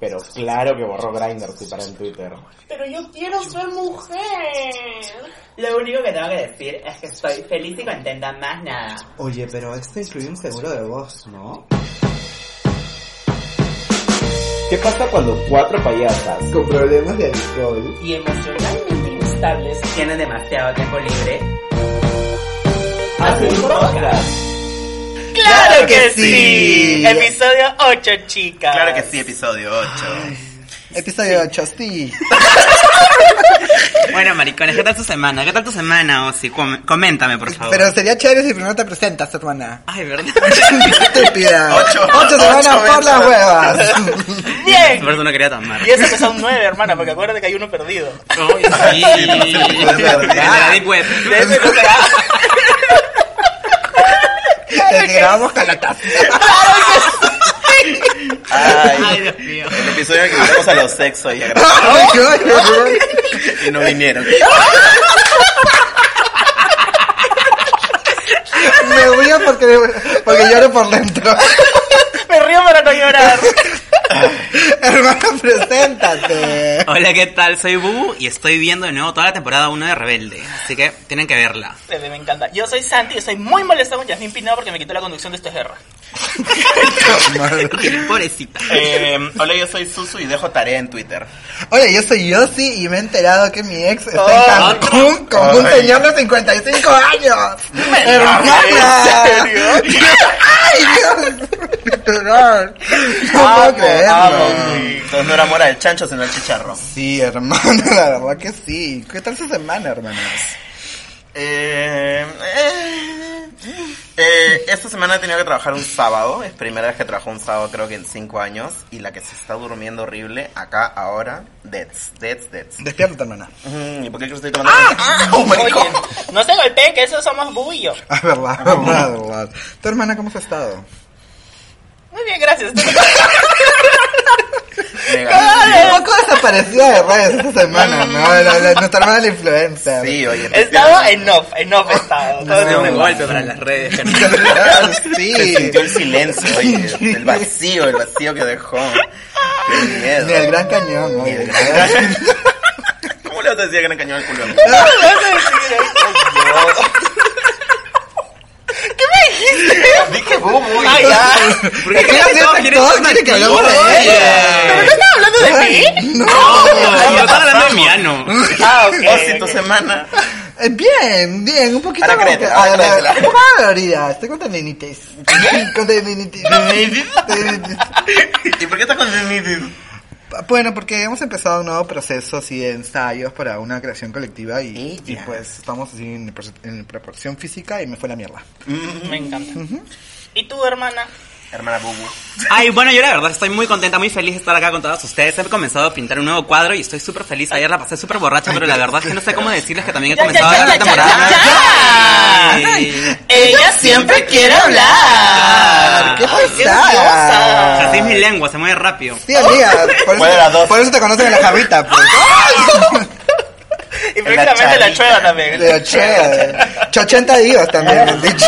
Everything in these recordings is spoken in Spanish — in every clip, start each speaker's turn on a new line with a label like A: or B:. A: Pero claro que borró Grindr si para en Twitter.
B: Pero yo quiero ser mujer.
C: Lo único que tengo que decir es que estoy feliz y contenta, más nada.
D: Oye, pero esto incluye un seguro de voz, ¿no?
A: ¿Qué pasa cuando cuatro payasas
D: Con problemas de alcohol.
C: Y emocionalmente instables tienen demasiado tiempo libre.
A: hacen un podcast?
C: ¡Claro
E: que sí!
C: Episodio 8, chicas.
E: Claro que sí, episodio 8.
D: Episodio 8, sí.
E: Bueno, maricones, ¿qué tal tu semana? ¿Qué tal tu semana, Osi? Com- coméntame, por favor.
D: Pero sería chévere si primero te presentas, hermana.
E: Ay, ¿verdad?
D: Estúpida.
E: Ocho-
D: Ocho semanas
E: ocho
D: por las huevas.
B: Bien.
E: por eso no quería tomar.
B: Y eso que son nueve, hermana, porque acuérdate que hay uno perdido.
E: Ay, sí. De la
D: Ah.
E: Deep Web.
B: De ese no se habla.
D: Te tiramos calatazo.
E: Ay, Dios mío.
F: El episodio en que invitamos a los sexos y, a grabar,
D: Ay, ay, ay,
F: y no vinieron.
D: ay. Me río porque, porque lloro por dentro.
B: Me río para no llorar.
D: Hermana, preséntate.
E: Hola, ¿qué tal? Soy Bubu y estoy viendo de nuevo toda la temporada 1 de Rebelde. Así que tienen que verla.
B: Bebé, me encanta. Yo soy Santi y estoy muy molesta con Yasmin Pinado porque me quitó la conducción de esta guerra.
E: Pobrecita.
F: Eh, hola, yo soy Susu y dejo tarea en Twitter.
D: Oye, yo soy Yossi y me he enterado que mi ex está
B: Oh,
D: en
F: Ah,
D: Cancún con un
F: Ay.
D: señor de 55 años.
F: ¿En
D: ¡Hermana!
F: serio?
D: ¡Ay, Dios! No puedo creerlo.
F: Entonces no era mora del chancho, sino el chicharro.
D: Sí, hermana, la verdad que sí. ¿Qué tal su semana, hermanas?
F: Eh, eh, eh, esta semana he tenido que trabajar un sábado. Es primera vez que trabajo un sábado, creo que en cinco años. Y la que se está durmiendo horrible acá, ahora, Deads, Deads, Deads.
D: Despierta, hermana.
F: Ujú, ¿Y por qué creo que estoy tomando? ¡Ah! ¡Oh, my
B: Oye,
F: God!
B: no se golpeen, que eso somos Bubu y yo.
D: Ah, verdad, verdad, verdad. ¿Tu hermana cómo has estado?
B: Muy bien, gracias.
F: Mega.
D: Un poco desaparecida de redes esta semana, ¿no? La- la- nuestra hermana la influencer.
F: Sí, oye.
B: He estado en off, en off he estado. Todo
E: Fue
B: el
E: un
B: tiempo.
E: golpe para las redes.
D: Claro,
F: Se
D: sí.
F: sintió el silencio, oye, el vacío, el vacío que dejó. Qué miedo.
D: Ni el gran cañón,
F: Ni
D: oye.
F: el gran- ¿Cómo le vas a decir gran cañón al culo? amigo? Dije bubu.
B: Ay, ya.
E: ¿Por qué crees que
D: Todos
E: todos
D: quieren-
E: quieren
D: todos
E: ser
D: quieren que hablemos
E: contigo?
D: de ella.
B: ¿Pero no estás hablando de mí?
D: No.
E: No, yo estaba hablando de mi ano.
B: Ah, ok.
F: Oh, si tu
B: ok.
F: semana.
D: Eh, Bien, bien, un poquito
F: Ahora
D: más-
F: créetela,
D: Ah,
F: ahora
D: la-
F: créetela.
D: un poco más dolorida, estoy con tendinitis. Con tendinitis. Tendinitis.
F: ¿Y por qué estás con tendinitis?
D: Bueno, porque hemos empezado un nuevo proceso así de ensayos para una creación colectiva y,
F: Ella.
D: y pues estamos así en, proce- en proporción física y me fue la mierda.
B: Me encanta. ¿Y tú, hermana?
F: Hermana bubu.
E: Ay, bueno, yo la verdad estoy muy contenta, muy feliz de estar acá con todas ustedes. He comenzado a pintar un nuevo cuadro y estoy súper feliz. Ayer la pasé súper borracha, pero la verdad es que no sé cómo decirles que también he
B: Ya, ya,
E: comenzado
B: ya,
E: la
B: ya,
E: temporada.
B: ya, ya,
D: ya.
E: Ay.
B: Ella siempre quiere hablar.
D: ¡Qué
B: nerviosa.
D: pesada!
E: Así es mi lengua, se mueve rápido.
D: Sí, amiga, por
F: Fue de las
D: eso,
F: dos.
D: por eso te conocen en la jarrita, pues.
B: Y prácticamente la
F: charita.
B: chueva también.
D: De 80, 80 divas también, me han dicho.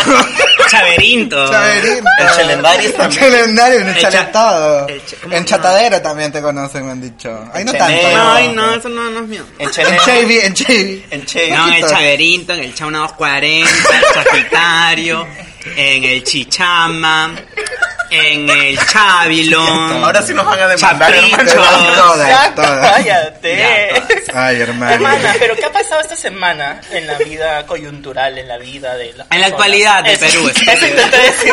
E: Chaverinto.
D: Chaverito.
F: El Chelendaris
D: El
F: también.
D: Chelendaris, el
E: El cha-
D: chalentado.
E: el cha- ¿cómo
D: En
E: se
D: Chatadero también te conocen, me han dicho. Ay, no
F: El
D: tanto.
F: chenero.
E: Ay, no, eso no, no es mío.
F: En
D: En
F: Chene.
D: Chevy, en Chevy.
F: En Che.
E: No, en el Chaverinto, en el Chau 240, en el Sagitario, en el Chichama, en el Chavilón.
F: Ahora sí nos van a demandar,
E: Chaprito.
D: Te
F: hermano.
D: dan
B: Ya,
D: todas, todas.
B: cállate.
E: Ya, todas.
D: Ay, hermano.
B: Hermana, pero ¿qué ha pasado esta semana en la vida coyuntural, en la vida de las
E: En la
B: personas?
E: actualidad del
B: Eso-
E: Perú,
B: Eso
E: estúpido.
B: intenté decir.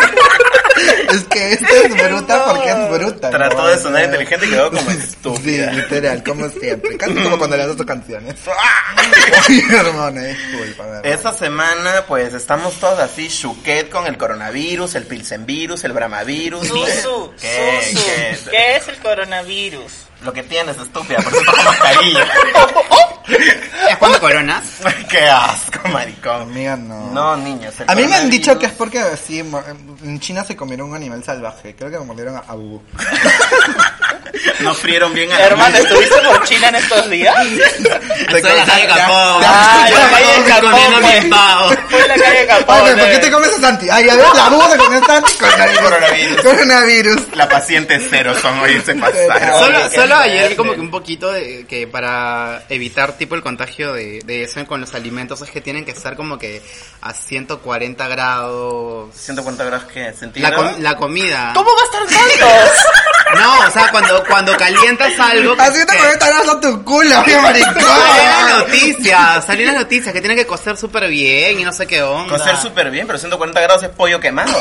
D: Es que esto es bruta porque es bruta.
F: Trató
D: ¿no?
F: de sonar inteligente y quedó como estúpida.
D: Sí, literal, como siempre. Casi como cuando le das tus canciones.
F: Ah.
D: Ay, hermano, disculpa. de verdad.
F: Esta semana, pues, estamos todos así, Shuket con con el coronavirus, el pilsenvirus, el bramavirus.
B: Susu,
F: ¿Qué?
B: Susu.
F: ¿Qué?
B: ¿Qué es el coronavirus?
F: Lo que tienes, estúpida, por eso tomas mascarilla.
E: ¿Es cuando coronas?
F: Qué asco, maricón.
D: Amiga, no.
F: No, niños. el
D: A mí me han dicho que es
F: coronavirus-
D: porque así mo- en China se comieron un animal salvaje. Creo que me mordieron a, a Bubu.
F: No frieron bien a la
B: Hermano,
F: niña.
B: ¿estuviste por China en estos días?
E: Soy la calle Capón.
B: Ah, la calle Capón,
E: Comiendo
B: pues.
E: mi pavo.
B: Fue en la calle eh. Capón.
D: Oye, ¿por qué te comes a Santi? Ay, a ver, la Bubu se comió a Santi. Coronavirus.
F: Coronavirus.
D: Coronavirus.
F: La paciente cero son hoy se pasaron.
E: Solo,
B: qué
E: solo ayer
B: fuerte.
E: como que un poquito de que para evitar tipo el contagio de, de eso con los alimentos es que tienen que estar como que a 140 grados.
F: 140 grados que sentí.
E: La, com- la comida.
B: ¿Cómo va a estar tantos?
E: No, o sea, cuando, cuando calientas algo... que-
D: Haciendo
E: que-
D: con esta grasa tu culo, qué
E: Salió en las
D: maricón.
E: noticias, salió en las noticias que tienen que cocer súper bien y no sé qué onda.
F: Cocer súper bien, pero 140 grados es pollo quemado.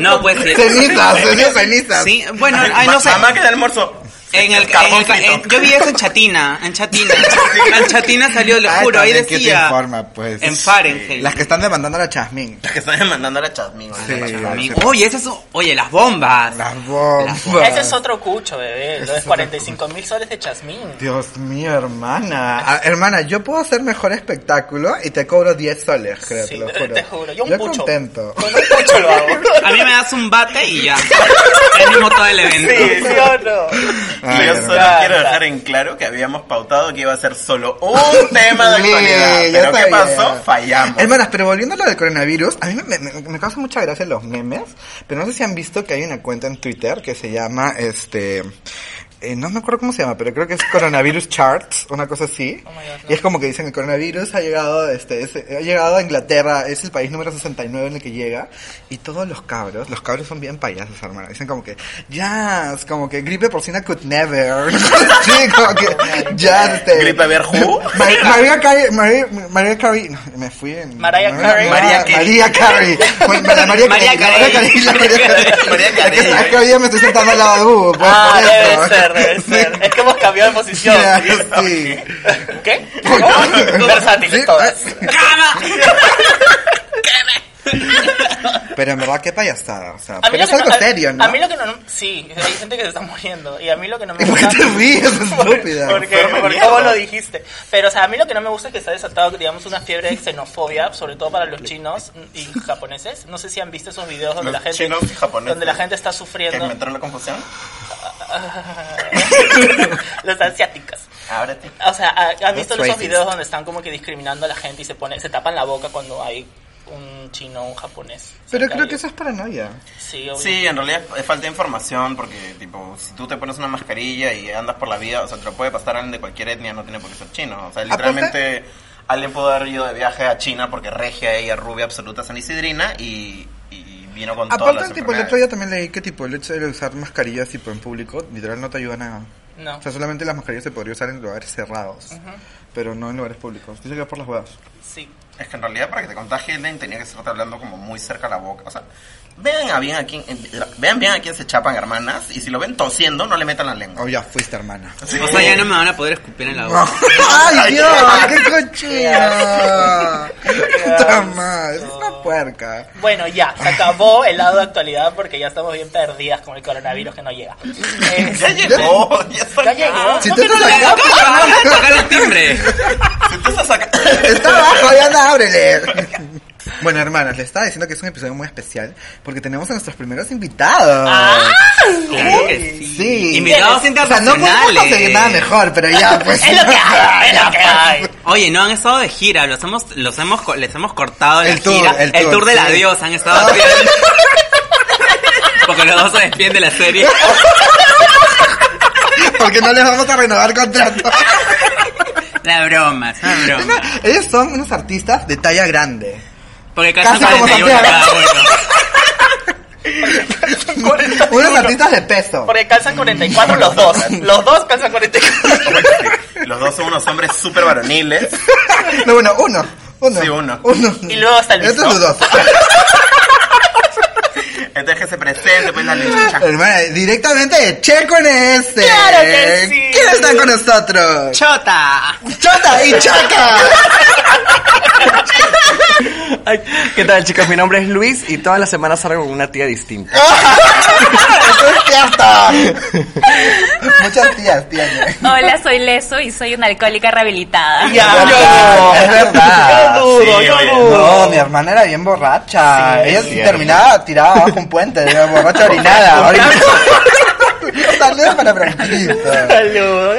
E: No, pues sí.
D: Cenizas, cenizas, cenizas.
E: Sí, bueno, ay, no sé.
F: Mamá que de almuerzo.
E: En el, en
F: carbón
E: el- en-
F: frito.
E: yo vi eso en Chatina, en Chatina. En Chatina salió, lo
D: Ay,
E: juro, ahí
D: también, ¿qué te
E: decía.
D: informa, pues?
E: En Fahrenheit.
D: Las que están demandando a la Chasmín.
F: Que están demandando a la chasmín. ¿no?
D: Sí.
E: Amigo, Oye, esas son- oye, las bombas.
D: Las bombas.
B: Ese es otro cucho, bebé. Lo de 45 mil soles de chasmín.
D: Dios mío, hermana. Ah, hermana, yo puedo hacer mejor espectáculo y te cobro 10 soles, creo,
B: Sí,
D: te lo
B: te-
D: juro.
B: te juro. Yo un pucho.
D: contento.
B: Con un cucho lo hago.
E: A mí me das un bate y ya. El mismo todo el evento.
B: Sí, sí o no.
D: Ay,
F: Y yo
D: hermana.
F: solo quiero dejar en claro que habíamos pautado que iba a ser solo un tema de
D: Sí,
F: actualidad.
D: ya
F: Pero ¿qué
D: sabía.
F: pasó? Fallamos.
D: Hermanas, pero volviendo a lo del coronavirus, a mí me, me- me causa mucha gracia los memes, pero no sé si han visto que hay una cuenta en Twitter que se llama, este, eh, no me acuerdo cómo se llama, pero creo que es Coronavirus Charts, una cosa así.
B: Oh my God, no.
D: Y es como que dicen, el coronavirus ha llegado, este, es- ha llegado a Inglaterra, es el país número 69 en el que llega, y todos los cabros, los cabros son bien payasos, hermana, dicen como que, jazz, como que gripe porcina could never. sí, como que,
B: Oh
D: jazz, este.
F: Gripe ver who?
D: Mar- María Carey, María, María Carey, no, me fui en...
B: Mariah Carey.
D: María María Carey. Bueno, María Carey.
E: Mariah
D: María Carey. la María Carey.
F: María
D: Es que
F: Carey.
D: sabes que hoy día me estoy sentando al lado de Bubu. pues,
B: Ah,
D: por eso.
B: debe ser, debe ser. Es que hemos cambiado de posición.
D: Ya, ah, sí.
B: ¿Qué? ¿Cómo? Versátiles
D: Sí, eh,
B: todas.
D: Pero en verdad, qué payasada. O sea,
B: A mí
D: pero
B: lo
D: es
B: que no-
D: algo
B: a-
D: serio, ¿no?
B: A mí lo que no... Sí, hay gente que se está muriendo. Y a mí lo que no me
D: ¿Y por qué
B: gusta...
D: Pues te ríes, estúpida?
B: Porque,
F: Enferma
B: porque
F: mierda.
B: vos lo dijiste. Pero, o sea, a mí lo que no me gusta es que se ha desatado, digamos, una fiebre de xenofobia, sobre todo para los chinos y japoneses. No sé si han visto esos videos donde
F: Los
B: la gente...
F: chinos y japoneses.
B: Donde la gente está
F: ¿Que
B: sufriendo.
F: inventaron la confusión?
B: los asiáticas.
F: Ahora sí.
B: O sea, ¿ha- ¿has visto esos
D: racist.
B: videos donde están como que discriminando a la gente y se pone, se tapan la boca cuando hay un chino o un japonés?
D: Pero
B: cerca
D: creo
B: de
D: que
B: ellos?
D: eso es paranoia.
B: Sí, obvio.
F: Sí, en realidad es falta de información porque, tipo, si tú te pones una mascarilla y andas por la vida, o sea, te lo puede pasar a alguien de cualquier etnia, no tiene por qué ser chino. O sea, literalmente alguien pudo haber ido de viaje a China porque regia ella, rubia absoluta, San Isidrina y, y vino con todas las
D: Aparte, tipo, el
F: enfermedades.
D: otro día también leí que, tipo, el hecho de usar mascarillas, tipo, en público, literal no te ayuda a nada.
B: No.
D: O sea, solamente las mascarillas se podrían usar en lugares cerrados, pero no en lugares públicos. Dice que es por las huevas.
B: Sí.
F: Es que en realidad para que te contagie alguien tenía que estarte hablando como muy cerca a la boca. O sea, vean, a bien a quién, vean bien a quién se chapan, hermanas, y si lo ven tosiendo, no le metan la lengua.
D: Oh, ya fuiste, hermana.
F: Sí.
E: O sea, ya no me van a poder escupir en la boca.
D: ¡Ay, Dios! ¡Qué cochina! ¡Puta madre! ¡Es una puerca!
B: Bueno, ya, se acabó el lado de actualidad porque ya estamos bien perdidas con el coronavirus que no llega. Eh,
F: Ya llegó, ya está
B: ya
F: acá.
B: llegó.
D: Si
B: ¿Por
D: tú
B: qué no
D: te
B: le
D: sacas-
B: damos?
E: Tocar los timbres.
F: Si tú estás acá-
D: ¡Está abajo! ¡Ya no ábrele! Bueno, hermanas, les estaba diciendo que es un episodio muy especial porque tenemos a nuestros primeros invitados.
B: Ah,
E: Claro que sí.
D: Sí.
E: Invitados
D: O sea, no podemos conseguir nada
E: internacionales.
D: mejor, pero ya, pues.
B: Es lo que hay, es lo que hay.
E: Oye, no han estado de gira, los hemos, los hemos, co- les hemos cortado la
D: El tour,
E: gira.
D: el tour,
E: de la
D: sí.
E: diosa han estado haciendo. Porque los dos se despiden de la serie.
D: Porque no les vamos a renovar contrato.
E: La broma, es una broma.
D: Ellos son unos artistas de talla grande.
E: Porque casi
D: Casi como
E: 41
D: Santiago.
E: cada uno.
D: Unos artistas de peso.
B: Porque calzan 44 los dos. Los dos calzan 44.
F: Los dos son unos hombres súper varoniles.
D: No, bueno, uno. Uno. Este
F: Sí, uno.
B: Y luego hasta el
D: Estos
B: mismo.
D: son los dos.
F: Entonces que se presente, pues la lucha.
D: Hermana, directamente de Checo en este.
B: Claro que sí.
D: ¿Quién está con nosotros?
E: ¡Chota!
D: Chota y Chaca.
G: Ay, ¿Qué tal, chicos? Mi nombre es Luis y todas las semanas salgo con una tía distinta.
F: ¡Eso es cierto! Muchas tías tienen.
H: Hola, soy Leso y soy una alcohólica rehabilitada.
G: Ya,
F: verdad, es verdad.
G: Yo dudo,
F: Sí,
G: yo
F: oye,
G: dudo.
D: No, mi hermana era bien borracha.
A: Sí,
D: Ella
A: es
D: sí
A: cierto.
D: terminaba tirada bajo un puente, era borracha orinada. Ahorita- Saludos para Franquito.
B: Saludos,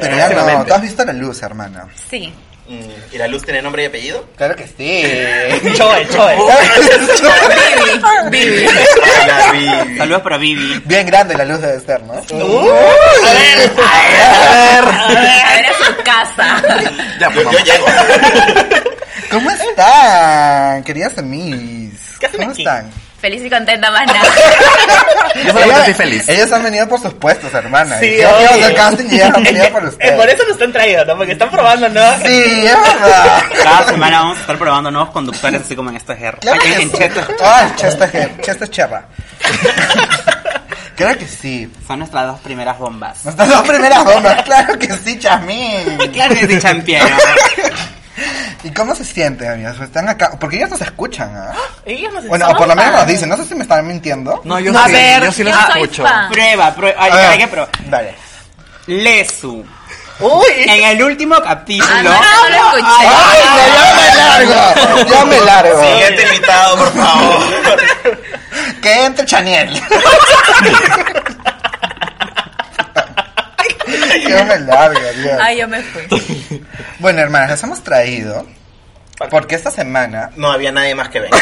D: Pero ya no, tú has visto la luz, hermana.
H: Sí.
F: Mm, ¿Y la luz tiene nombre y apellido?
D: Claro que sí.
B: Choe, choe.
F: Hola, Vivi.
E: Saludos para Vivi.
D: Bien grande la luz debe ser, ¿no?
B: Uh,
H: Era su casa.
G: Ya,
F: Yo,
G: pues, vamos.
F: llego.
D: ¿Cómo están, queridas amis?
B: ¿Qué hacen
D: ¿Cómo
B: aquí?
D: están?
H: Feliz y contenta más nada.
G: Yo solamente estoy feliz.
D: Ellos han venido por sus puestos, hermana.
B: Sí,
D: Yo
B: oye.
D: quiero hacer casting y ellos han
B: Es
D: venido
B: que-
D: por
B: es por
D: ustedes.
B: eso nos están traídos, ¿no? Porque están probando, ¿no?
D: Sí, es verdad.
E: Cada semana vamos a estar probando nuevos conductores, así como en esta guerra.
D: Claro
E: Aquí
D: que
E: en
D: sí.
E: Cheto.
D: Ay, Chester, Ge- Chester Cherra. Claro que sí.
E: Son nuestras dos primeras bombas.
D: Nuestras dos primeras bombas. Claro que sí, Chamín.
E: Claro que sí, champion.
D: ¿Y cómo se sienten, amigos? Están acá. Porque ellos nos escuchan, ¿ah?
B: Ellos nos
D: Bueno, o
B: están-
D: por lo menos nos dicen. No sé si me están mintiendo.
G: No, yo
E: A
G: sí,
E: ver,
G: yo sí los
H: yo soy
G: escucho.
H: fan.
E: Prueba, prueba. Ay,
D: A ver,
E: hay que probar.
D: Dale.
E: Lesu.
B: Uy,
E: En el último capítulo.
H: Ah, no, no lo escuché.
D: ¡Ay, no, yo me largo! Yo me largo.
F: Siguiente invitado, por favor.
D: Que entre Chaniel. Yo me largo, Dios.
H: Ay, yo me fui.
D: Bueno, hermanas, las hemos traído porque esta semana
F: No había nadie más que venga.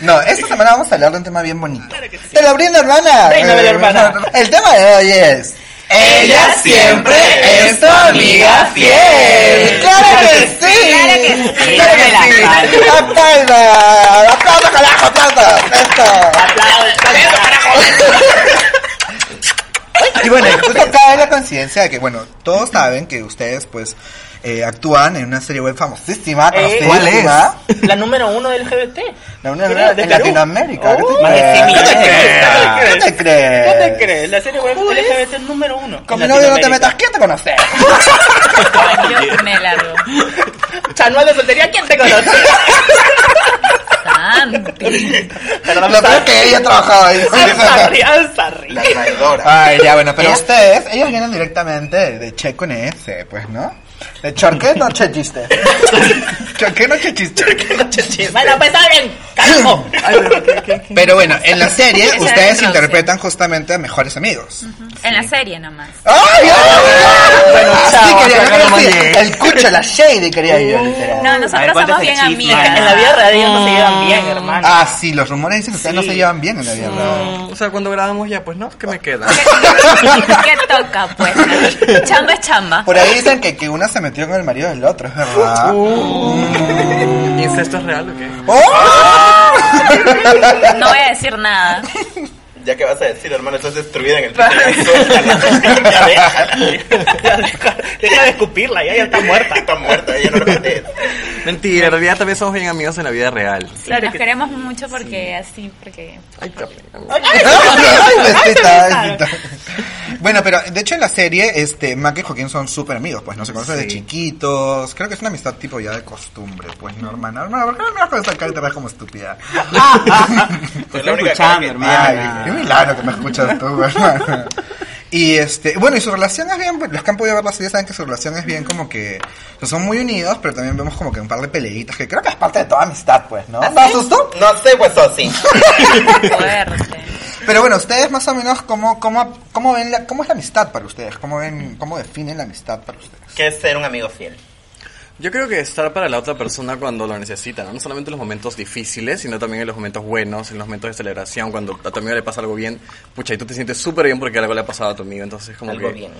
D: No, esta semana vamos a hablar de un tema bien bonito. ¡Te lo brindo, hermana!
B: Bríndamelo, hermana.
D: El tema de hoy es...
F: Ella siempre es tu amiga fiel.
D: ¡Claro que sí!
H: Claro que sí.
D: ¡Claro que sí! ¡Aplauda! ¡Aplauda, carajo, aplauda! ¡Esto! Y bueno, justo cae la conciencia de que, bueno, todos saben que ustedes, pues, eh, actúan en una serie web famosísima,
B: Eh,
D: conocidísima.
B: la número uno del LGBT.
D: La Unión
B: Creo, de
D: en
B: Perú.
D: Latinoamérica. ¿Qué
B: Oh.
D: te crees?
E: Más de cien
D: ¿Qué te crees?
B: ¿Qué te crees? La serie web LGBT número uno.
D: Con mi
B: en
D: novio no te
B: Latinoamérica.
D: metas, ¿quién te conoce?
H: Ay, yo me largo.
B: Chanual de soltería, ¿quién te conoce?
H: Santi.
D: Lo peor es que ella trabajaba ahí.
B: Ansarri, Ansarri.
F: La traidora.
D: Ay, ya, bueno, pero ustedes, ellos vienen directamente de Che con S, pues, ¿no? De Chorqué no Chechiste. Chorqué no Chechiste.
B: Bueno, pues está bien, carajo.
D: Pero bueno, en la serie
H: Ya
D: ustedes
H: entró,
D: interpretan justamente a mejores amigos.
H: En la serie nomás.
D: ¡Ay,
G: Bueno,
D: Sí,
G: chao,
D: quería
G: hasta acá
D: yo
G: nomás
D: quería-
G: llegué.
D: El cucho, la shady quería yo, literal.
H: No, nosotros
E: ver,
H: somos
E: cuéntese
H: bien
E: el chisme.
H: amigas.
B: En la vida real ellos no se llevan bien, hermano.
D: Ah, sí, los rumores dicen que ustedes no se llevan bien en la vida real.
G: O sea, cuando grabamos ya, pues no, ¿qué me queda?
H: ¿Qué toca, pues? Chamba es chamba.
D: Por ahí dicen que, que una se metió con el marido del otro, es verdad. ¡Oh!
G: ¿Incesto es real o qué?
H: No voy a decir nada.
F: Ya que vas a decir, hermano, estás destruida en el Twitter.
B: Ya deja, ya deja, deja de escupirla, ya, ya está muerta.
F: Está muerta, ella no lo maté.
G: Mentira, en realidad también somos bien amigos en la vida real.
H: Sí, nos queremos mucho porque así, porque...
G: Ay, capitán.
D: Ay, besita, besita. Bueno, pero de hecho en la serie, este, Mac y Joaquín son súper amigos, pues, ¿no? Se conocen de chiquitos. Creo que es una amistad tipo ya de costumbre, pues, ¿no, hermana? Hermana, ¿por qué me vas con esa cara y te ves como estúpida?
E: Te
F: la
E: estoy
F: única
E: escuchando,
F: que-
D: Ay, qué
E: hermana.
D: milagro que me escuchas tú, hermana. Y este, bueno, y su relación es bien, los que han podido ver la serie saben que su relación es bien como que o sea, son muy unidos, pero también vemos como que un par de peleitas que creo que es parte de toda amistad, pues, ¿no? ¿Te asustó?
F: No sé, pues, o sí.
H: Fuerte.
D: Pero bueno, ustedes más o menos, ¿cómo, cómo, cómo ven la, cómo es la amistad para ustedes? ¿Cómo, ven, ¿Cómo definen la amistad para ustedes?
F: ¿Qué es ser un amigo fiel?
G: Yo creo que estar para la otra persona cuando lo necesita, ¿no? No solamente en los momentos difíciles, sino también en los momentos buenos, en los momentos de celebración, cuando a tu amigo le pasa algo bien, pucha, y tú te sientes súper bien porque algo le ha pasado a tu amigo, entonces como
F: Algo
G: que...
F: bien.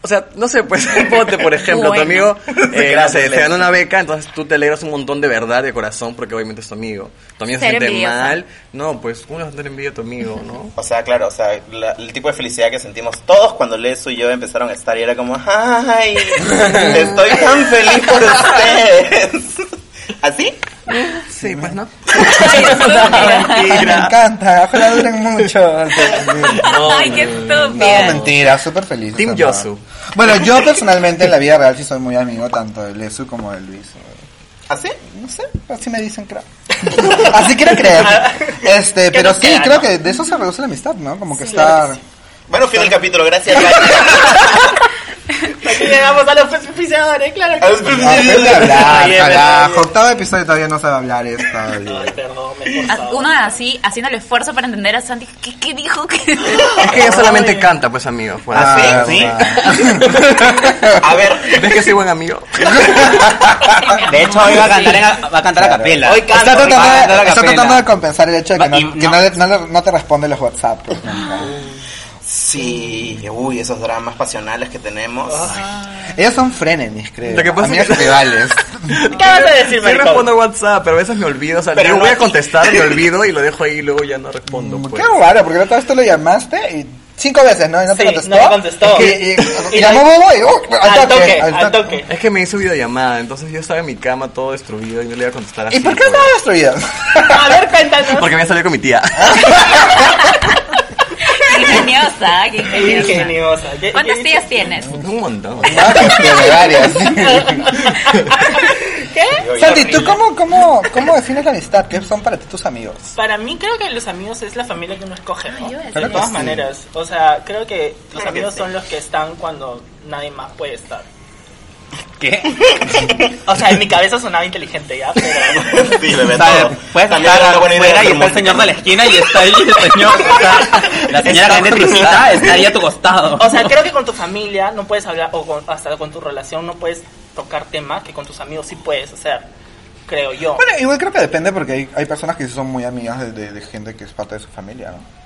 G: O sea, no sé, pues, ponte, por ejemplo,
H: Bueno.
G: tu amigo eh, no sé,
F: Gracias.
G: te dan una beca, entonces tú te alegras un montón de verdad, de corazón, porque obviamente es tu amigo. Tu amigo se
H: Ser
G: siente
H: envidiosa.
G: mal. No, pues, uno va a tener envidia a tu amigo, no?
F: O sea, claro, o sea, la- el tipo de felicidad que sentimos todos cuando Lesu y yo empezaron a estar y era como, ¡ay! Estoy tan feliz por ustedes. ¿Así?
G: Sí, pues, ¿no?
H: Ay, estúpida.
D: Ay, me encanta, ojalá duren mucho. No,
H: Ay, qué estúpida.
D: mentira, súper feliz.
G: Team
D: o sea, no.
G: Yosu.
D: Bueno, yo personalmente en la vida real sí soy muy amigo tanto de Lesu como de Luis.
F: ¿Así?
D: No sé, así me dicen, creo. así quiero creer. Este,
B: Que
D: pero
B: no
D: sí,
B: sea,
D: creo
B: ¿no?
D: que de eso se reduce la amistad, ¿no? Como que
H: Sí,
D: estar...
F: Bueno, fin del capítulo, gracias.
B: Aquí llegamos a los auspiciadores, claro que sí.
D: Aprende a hablar,
B: Oye,
D: carajo.
B: pero-
D: Octavo episodio todavía no sabe hablar esta.
B: Ay, perdón, me he
H: A-
B: forzado.
H: Uno así, haciendo el esfuerzo para entender a Santi, ¿qué, qué dijo? ¿Qué-
G: Es que ella solamente canta, pues, amigo. Pues.
D: Ah,
F: sí?
D: verdad.
F: A ver,
G: ¿Ves que soy buen amigo?
E: De hecho, hoy va a cantar, en- va a cantar a capela.
F: Hoy canto,
D: Está
F: hoy
D: tratando,
F: canto
D: de,
F: a
D: está
F: Ah, capela.
D: tratando de compensar el hecho de que, no,
E: Va- y
D: que
E: no.
D: no le- no le- no te responde los WhatsApp. pues, nunca.
F: Sí, uy, esos dramas pasionales que tenemos.
D: Ellos son frenemies, creo.
G: Lo que pasa
D: Amigas
G: es que-
D: rivales.
B: ¿Qué vas a decir,
G: Sí respondo
B: maricón?
G: WhatsApp, pero a veces me olvido. O sea,
F: Pero
G: yo
F: no Mm,
G: voy a
F: aquí.
G: contestar, me olvido y lo dejo ahí y luego ya no respondo.
D: Como,
G: Pues.
D: Qué raro, porque la otra vez tú lo llamaste y cinco veces, ¿no? Y no te
B: Sí,
D: contestó.
B: no me contestó.
D: Y, y-
B: Y
D: llamó
B: la-
D: Bobo y oh,
B: Al toque, al toque.
G: Es que me hizo videollamada, entonces yo estaba en mi cama todo destruido y no le iba a contestar así.
D: ¿Y por qué
G: pues.
D: estaba destruido?
B: A ver, cuéntanos.
G: Porque me había salido con mi tía.
H: qué ingeniosa, qué
B: Qué
H: ingeniosa.
B: ingeniosa. ¿Qué-
H: ¿Cuántos
B: qué-
H: tías tienes?
G: Un montón.
D: Varios, tiene varios.
B: ¿Qué?
D: Santi, ¿tú cómo, cómo, cómo defines la amistad? ¿Qué son para ti tus amigos?
B: Para mí creo que los amigos es la familia que uno escoge, ¿no?
H: Ay, yo voy a
D: Claro
B: de
D: que
B: todas
D: sí.
B: maneras. O sea, creo que los
F: Claro que
B: amigos
F: sí.
B: son los que están cuando nadie más puede estar.
E: ¿Qué?
B: O sea, en mi cabeza sonaba inteligente ya, pero...
F: Sí, le ven
E: ¿Sabes?
F: todo.
E: Puedes
F: También
E: estar
F: es una buena idea
E: afuera y
F: hacer
E: está el señor de la esquina y está ahí el señor. está- La señora
F: Está
E: grande tricita está ahí a tu costado.
B: O sea, creo que con tu familia no puedes hablar, o con- hasta con tu relación no puedes tocar temas que con tus amigos sí puedes hacer, creo yo.
D: Bueno, igual creo que depende porque hay, hay personas que sí son muy amigas de, de- de gente que es parte de su familia, ¿no?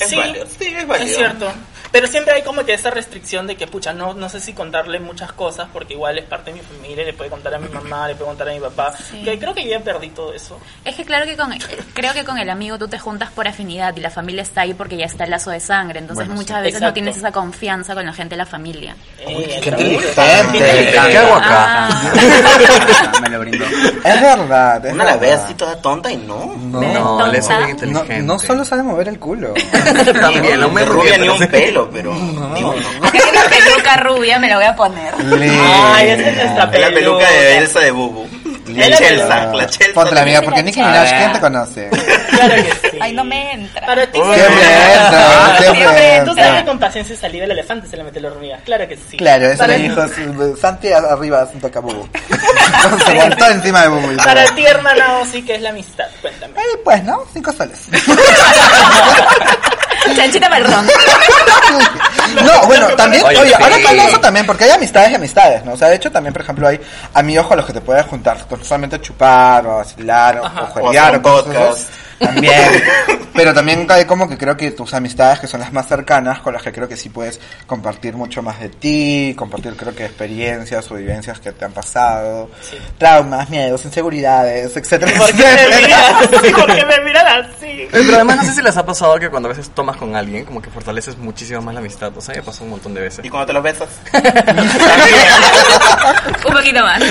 F: Es
B: sí,
F: válido, sí, es válido.
B: cierto. Pero siempre hay como que esa restricción de que, pucha, no, no sé si contarle muchas cosas porque igual es parte de mi familia, le puedo contar a mi mamá, le puedo contar a mi papá.
H: Sí.
B: Que creo que ya perdí todo eso.
H: Es que claro que con, creo que con el amigo tú te juntas por afinidad y la familia está ahí porque ya está el lazo de sangre. Entonces
D: Bueno,
H: muchas veces no
B: Exacto.
H: tienes esa confianza con la gente de la familia.
B: Eh,
D: qué
B: el-
D: inteligente.
B: Eh,
G: ¿Qué hago acá?
H: Ah,
E: Me lo brindó.
D: Es verdad, es
F: Una la ve
D: verdad.
F: así toda tonta y no.
D: No,
G: No,
H: tonta.
G: él es bien
D: no,
G: inteligente.
D: no solo sabe mover el culo.
G: También, no me
F: De rubia ni un
G: pero-
F: pelo, pero. ni uno.
H: acá tengo una peluca rubia, me la voy a poner.
B: Ay, esa es nuestra
F: Es la peluca de
B: Peluca.
F: Elsa de Bubu.
B: Es
F: La
B: la
F: Chelsea, la Chelsea.
D: Ponte amiga,
H: Sí,
D: porque
H: la
D: Nicki
H: chica.
D: Minaj,
B: Ah.
D: ¿quién te conoce?
B: Claro que sí.
H: Ay, no me entra.
B: Para ti,
D: Qué
B: sí.
D: mierda, qué
B: Siempre, tú sabes
D: mierda.
B: que con paciencia y saliva el elefante se le mete la hormiga. Claro que sí.
D: Claro, eso
B: Para
D: le
B: ti-
D: dijo su- Santi a- arriba, Santo Cabubu. Se montó encima de Bubu. y se-
B: Para ti, hermana, sí que es la amistad. Cuéntame.
D: Eh, pues, ¿no? Cinco soles.
H: Chanchita perdón.
D: No, bueno, también, oye,
G: Oye, sí.
D: ahora está eso también, porque hay amistades y amistades, ¿no? O sea, de hecho también, por ejemplo, hay amigos con los que te puedes juntar, con- solamente chupar, o vacilar, o, o
F: O
D: jueguear,
F: hacer
D: o
F: un
D: cosas
F: podcast.
D: esas. También. Pero también hay como que creo que tus amistades, que son las más cercanas, con las que creo que sí puedes compartir mucho más de ti, compartir creo que experiencias o vivencias que te han pasado, traumas, miedos, inseguridades, etcétera,
B: ¿Por qué me
D: etcétera.
B: miras? ¿Por qué me miran así?
G: Pero además no sé si les ha pasado que cuando a veces tomas con alguien, como que fortaleces muchísimo más la amistad. O sea, me pasó un montón de veces.
F: Y cuando te los besas.
H: Un poquito más.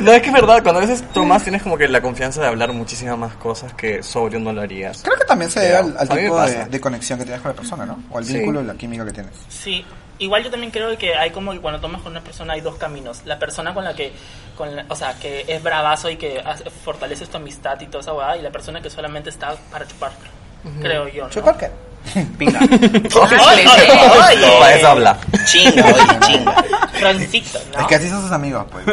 G: No, es que es verdad, cuando a veces tomas tienes como que la confianza de hablar muchísimas más cosas que sobrio no lo harías.
D: Creo que también se debe al, al
G: A mí me
D: tipo de,
G: pasa.
D: de conexión que tienes con la persona, ¿no? O al
G: Sí.
D: vínculo y la química que tienes.
B: Sí, igual yo también creo que hay como que cuando tomas con una persona hay dos caminos. La persona con la que, con la- o sea, que es bravazo y que hace- fortalece tu amistad y toda esa huevada, y la persona que solamente está para chupar, creo yo. ¿no?
D: ¿Chupar qué?
F: Pinga.
B: Oye, oye,
G: No, para eso habla.
F: Chinga, oye, chinga.
B: Francisco, ¿no?
D: Es que así son sus amigos, pues.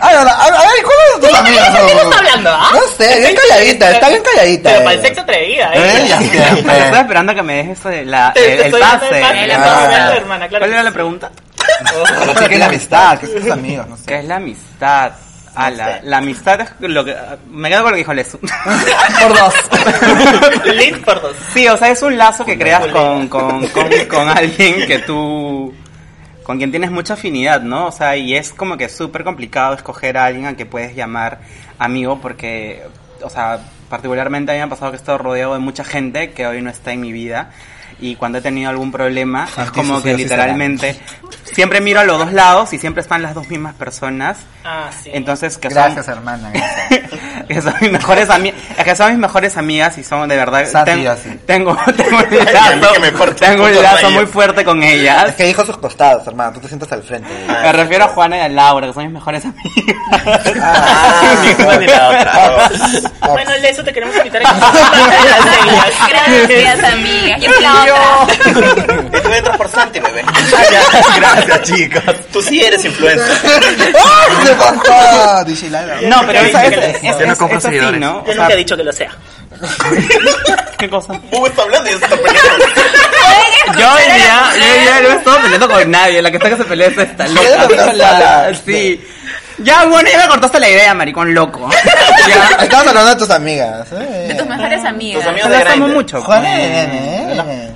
D: Ay, ahora, a, a ver, ¿cuáles son tus amigos?
B: ¿De qué estás hablando, ah?
D: No sé, bien calladita, está bien calladita.
B: Pero para el
D: ella.
B: sexo atrevida,
D: Eh,
B: ¿eh?
D: ya
E: Bueno, estoy
D: siempre.
E: esperando que me dejes eso de la,
B: Te-
E: el,
B: te
E: el
B: estoy dando
E: pase.
B: el pase,
H: la
E: Ah.
H: pase,
B: hermana, claro
E: ¿Cuál
B: que
E: era la
B: sí.
E: pregunta?
D: No sé qué es la amistad, qué son tus amigos, no
E: ¿Qué
D: sé.
E: es la amistad? Ah, la, la amistad es lo que... Me quedo con lo que dijo Lesu. Por dos.
B: Lit por dos.
E: Sí, o sea, es un lazo que creas con, con, con, con alguien que tú... Con quien tienes mucha afinidad, ¿no? O sea, y es como que súper complicado escoger a alguien a que puedes llamar amigo porque, o sea, particularmente a mí me ha pasado que he estado rodeado de mucha gente que hoy no está en mi vida y cuando he tenido algún problema es
D: Así
E: como
D: sucede,
E: que
D: así será.
E: literalmente siempre miro a los dos lados y siempre están las dos mismas personas.
B: Ah, sí.
E: Entonces, que son-
D: Gracias, hermana. gracias.
E: que son mis mejores amigas, es que son mis mejores amigas y son de verdad.
F: Santi,
E: ten-
F: así.
E: tengo, tengo un
F: Ay, a mí que me
E: lazo,
F: corte un
E: tengo un
F: puto
E: lazo
F: rayo.
E: muy fuerte con ellas.
D: Es que dijo sus costados, hermano. Tú te sientas al frente. güey.
E: Me refiero a Juana y a Laura, que son mis mejores amigas.
F: Ah,
E: Ni una ni la
B: Bueno, Leso, te queremos invitar a que compartas las reglas.
H: Gracias, amiga. Yo soy la otra.
F: Tú entras por Santi, bebé.
E: Gracias, chicos.
F: Tú sí eres influencer.
D: ¡Ah! ¡Se pasó! DJ Lala.
E: No, pero esa es, es,
G: Yo no
E: es-
G: compro
E: es así,
G: seguidores.
E: ¿no? O
B: Yo
E: sea,
B: nunca he dicho que lo sea.
E: ¿Qué cosa?
F: Bubu está hablando y yo estoy peleando.
E: Yo hoy día, yo hoy día no me estaba peleando con nadie, la que está que se pelea es esta
D: Ya
E: loca.
D: te cortaste
E: sola.
D: la-
E: Sí. Ya, bueno, ya me cortaste la idea, maricón loco. Ya.
D: Estamos hablando de tus amigas.
H: De tus
D: eh.
H: mejores
F: Tus
H: amigas.
F: amigos de
E: Las amo
F: Grindr.
E: mucho.
D: Juana de Irene, ¿eh?